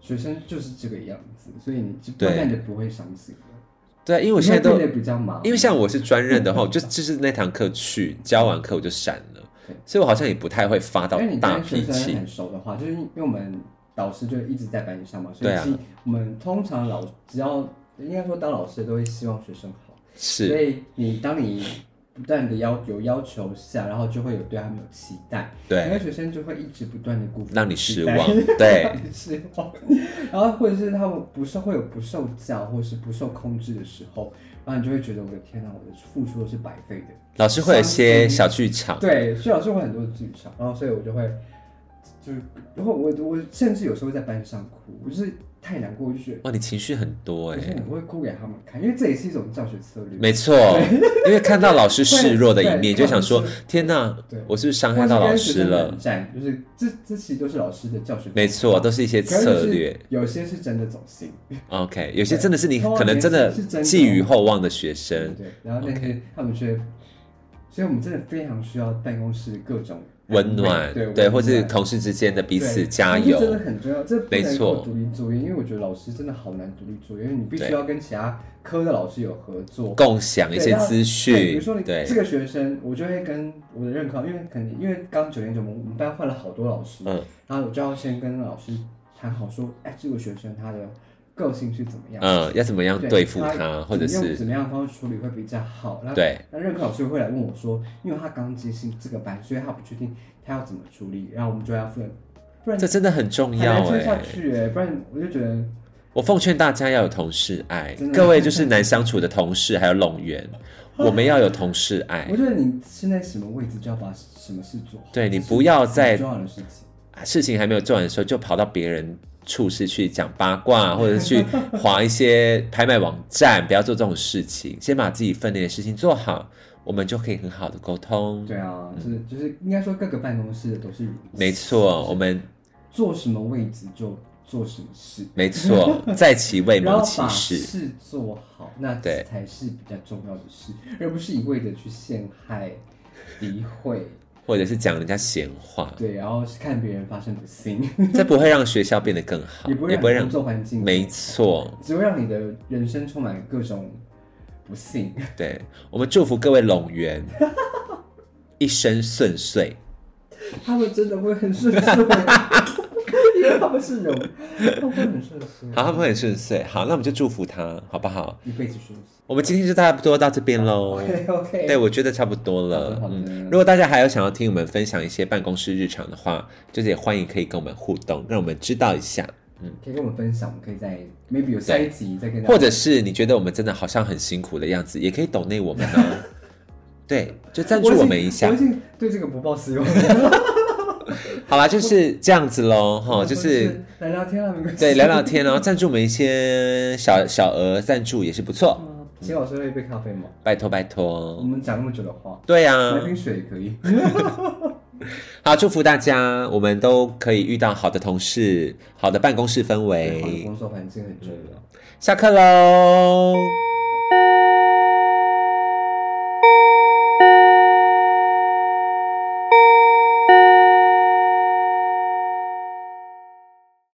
[SPEAKER 1] 学生就是这个样子，所以你就
[SPEAKER 2] 对
[SPEAKER 1] 慢慢的不会伤心了。
[SPEAKER 2] 对，啊因为我
[SPEAKER 1] 你
[SPEAKER 2] 现在
[SPEAKER 1] 会
[SPEAKER 2] 都
[SPEAKER 1] 变得比较忙，
[SPEAKER 2] 因为像我是专任的话，我就就是那堂课去，教完课我就闪了
[SPEAKER 1] 对，
[SPEAKER 2] 所以我好像也不太会发到
[SPEAKER 1] 因为你
[SPEAKER 2] 大
[SPEAKER 1] 跟学
[SPEAKER 2] 脾
[SPEAKER 1] 生
[SPEAKER 2] 气。
[SPEAKER 1] 很熟的话，就是因为我们导师就一直在班上嘛，所
[SPEAKER 2] 对
[SPEAKER 1] 以
[SPEAKER 2] 啊
[SPEAKER 1] 其实我们通常老只要应该说当老师的都会希望学生好，所
[SPEAKER 2] 是，
[SPEAKER 1] 以你当你不断的要有要求下，然后就会有对他们有期待，因为
[SPEAKER 2] 对，
[SPEAKER 1] 学生就会一直不断的辜负
[SPEAKER 2] 让你
[SPEAKER 1] 期
[SPEAKER 2] 失
[SPEAKER 1] 待
[SPEAKER 2] 望，对，
[SPEAKER 1] 很失望，然后或者是他们不受会有不受教或者是不受控制的时候，然后你就会觉得我的天哪，我的付出都是白费的。
[SPEAKER 2] 老师会有一些小剧 场，
[SPEAKER 1] 对，所以老师会很多剧场，然后所以我就会就是，然后我我甚至有时候会在班上哭，我就是太难过，我就觉得
[SPEAKER 2] 哇，你情绪很多
[SPEAKER 1] 我
[SPEAKER 2] 哎、
[SPEAKER 1] 现在我会哭给他们看，因为这也是一种教学策略。
[SPEAKER 2] 没错，因为看到老师示弱的 一
[SPEAKER 1] 对
[SPEAKER 2] 面，就想说
[SPEAKER 1] 对：
[SPEAKER 2] 天哪
[SPEAKER 1] 对，
[SPEAKER 2] 我是不是伤害到老
[SPEAKER 1] 或是
[SPEAKER 2] 师
[SPEAKER 1] 跟学生
[SPEAKER 2] 了
[SPEAKER 1] 冷？战就是这这其实都是老师的教学。
[SPEAKER 2] 没错，，都是一些
[SPEAKER 1] 可是就
[SPEAKER 2] 策
[SPEAKER 1] 是
[SPEAKER 2] 略。
[SPEAKER 1] 有些是真的走心，
[SPEAKER 2] OK，有些真的是你
[SPEAKER 1] 对
[SPEAKER 2] 可能真的
[SPEAKER 1] 是真的哦
[SPEAKER 2] 寄予厚望的学生，
[SPEAKER 1] 对，然后但是他们却所以我们真的非常需要办公室各种
[SPEAKER 2] 温暖，
[SPEAKER 1] 对
[SPEAKER 2] 对，或
[SPEAKER 1] 是
[SPEAKER 2] 是同事之间的彼此
[SPEAKER 1] 对
[SPEAKER 2] 加
[SPEAKER 1] 这真
[SPEAKER 2] 油
[SPEAKER 1] 的，很重要。这不
[SPEAKER 2] 没
[SPEAKER 1] 能
[SPEAKER 2] 错
[SPEAKER 1] 够独立作业，因为我觉得老师真的好难独立作业，因为你必须
[SPEAKER 2] 对
[SPEAKER 1] 要跟其他科的老师有合作，
[SPEAKER 2] 共享一
[SPEAKER 1] 对
[SPEAKER 2] 些
[SPEAKER 1] 然后
[SPEAKER 2] 资
[SPEAKER 1] 对，比
[SPEAKER 2] 讯
[SPEAKER 1] 如说，你
[SPEAKER 2] 对
[SPEAKER 1] 这，个学生，我就会跟我的任课，因为肯定因为刚九年级，我们我们班换了好多老师，
[SPEAKER 2] 嗯
[SPEAKER 1] 然后我就要先跟老师谈好说，哎，这个学生他的个性是怎么样，
[SPEAKER 2] 嗯，要怎么样对付
[SPEAKER 1] 他
[SPEAKER 2] 他，或者
[SPEAKER 1] 怎么用
[SPEAKER 2] 是
[SPEAKER 1] 怎么样的方式处理会比较好。然后
[SPEAKER 2] 对，
[SPEAKER 1] 那任课老师会来问我说，因为他刚接新这个班，所以他不确定他要怎么处理，然后我们就要负责，不然
[SPEAKER 2] 这真的很重
[SPEAKER 1] 很
[SPEAKER 2] 要
[SPEAKER 1] 难撑
[SPEAKER 2] 哎、
[SPEAKER 1] 下去哎、不然我就觉得
[SPEAKER 2] 我奉劝大家要有同事爱
[SPEAKER 1] 真，的
[SPEAKER 2] 各位就是难相处的同事还有 拢员，我们要有同事爱
[SPEAKER 1] 我。觉得你现在什么位置就要把什么事做好，
[SPEAKER 2] 对你
[SPEAKER 1] 这是
[SPEAKER 2] 不要
[SPEAKER 1] 很
[SPEAKER 2] 再
[SPEAKER 1] 重要的事情。
[SPEAKER 2] 啊事情还没有做完的时候，就跑到别人处室去讲八 卦，或者去划一些拍卖网站，不要做这种事情。先把自己分内的事情做好，我们就可以很好的沟通。
[SPEAKER 1] 对啊，就是就是应该说各个办公室都是如此
[SPEAKER 2] 嗯没错，我们
[SPEAKER 1] 坐什么位置就做什么事，
[SPEAKER 2] 没错，在其位
[SPEAKER 1] 然
[SPEAKER 2] 谋
[SPEAKER 1] 后
[SPEAKER 2] 其
[SPEAKER 1] 把
[SPEAKER 2] 事。
[SPEAKER 1] 事做好，那
[SPEAKER 2] 对
[SPEAKER 1] 才是比较重要的事，而不是一味的去陷害、诋 毁，
[SPEAKER 2] 或者是讲人家闲话，
[SPEAKER 1] 对，然后是看别人发生不 幸，
[SPEAKER 2] 这不会让学校变得更 好，
[SPEAKER 1] 也不会
[SPEAKER 2] 也不会
[SPEAKER 1] 让
[SPEAKER 2] 让
[SPEAKER 1] 工作环境，
[SPEAKER 2] 没错。
[SPEAKER 1] 只会让你的人生充满各种不幸。
[SPEAKER 2] 对我们祝福各位龙 源一生顺遂。
[SPEAKER 1] 他们真的会很顺遂， 因为他们是人，他们会很顺遂，
[SPEAKER 2] 好，他们会很顺遂。好，那我们就祝福他，好不好？
[SPEAKER 1] 一辈子顺遂。
[SPEAKER 2] 我们今天就差不多到这边喽。
[SPEAKER 1] OK OK，
[SPEAKER 2] 对，我觉得差不多
[SPEAKER 1] 好的
[SPEAKER 2] 了。
[SPEAKER 1] 好的
[SPEAKER 2] 嗯，如果大家还有想要听我们分享一些办公室日常的话，就是也欢迎可以跟我们互动，让我们知道一下。
[SPEAKER 1] 可以跟我们分享，我们可以在 maybe 有下一集再跟大家
[SPEAKER 2] 或者是你觉得我们真的好像很辛苦的样子，也可以懂内 我们呢。对，就赞助我们一下
[SPEAKER 1] 我已。经我已经对这个不抱希望，
[SPEAKER 2] 好啦，就是这样子喽。哈，哦就是
[SPEAKER 1] 来聊天了，没关系。
[SPEAKER 2] 对聊聊天，然 后赞助我们一些小小额赞助也是不错。
[SPEAKER 1] 嗯。秦老师喝一杯咖啡吗？
[SPEAKER 2] 拜托拜
[SPEAKER 1] 我
[SPEAKER 2] 托，
[SPEAKER 1] 们讲那么久的话，
[SPEAKER 2] 对啊呀、
[SPEAKER 1] 来瓶水也可以。
[SPEAKER 2] 好，祝福大家，我们都可以遇到好的同事，好的办公室氛
[SPEAKER 1] 对好的
[SPEAKER 2] 围。
[SPEAKER 1] 工作环境很重要。
[SPEAKER 2] 下课喽。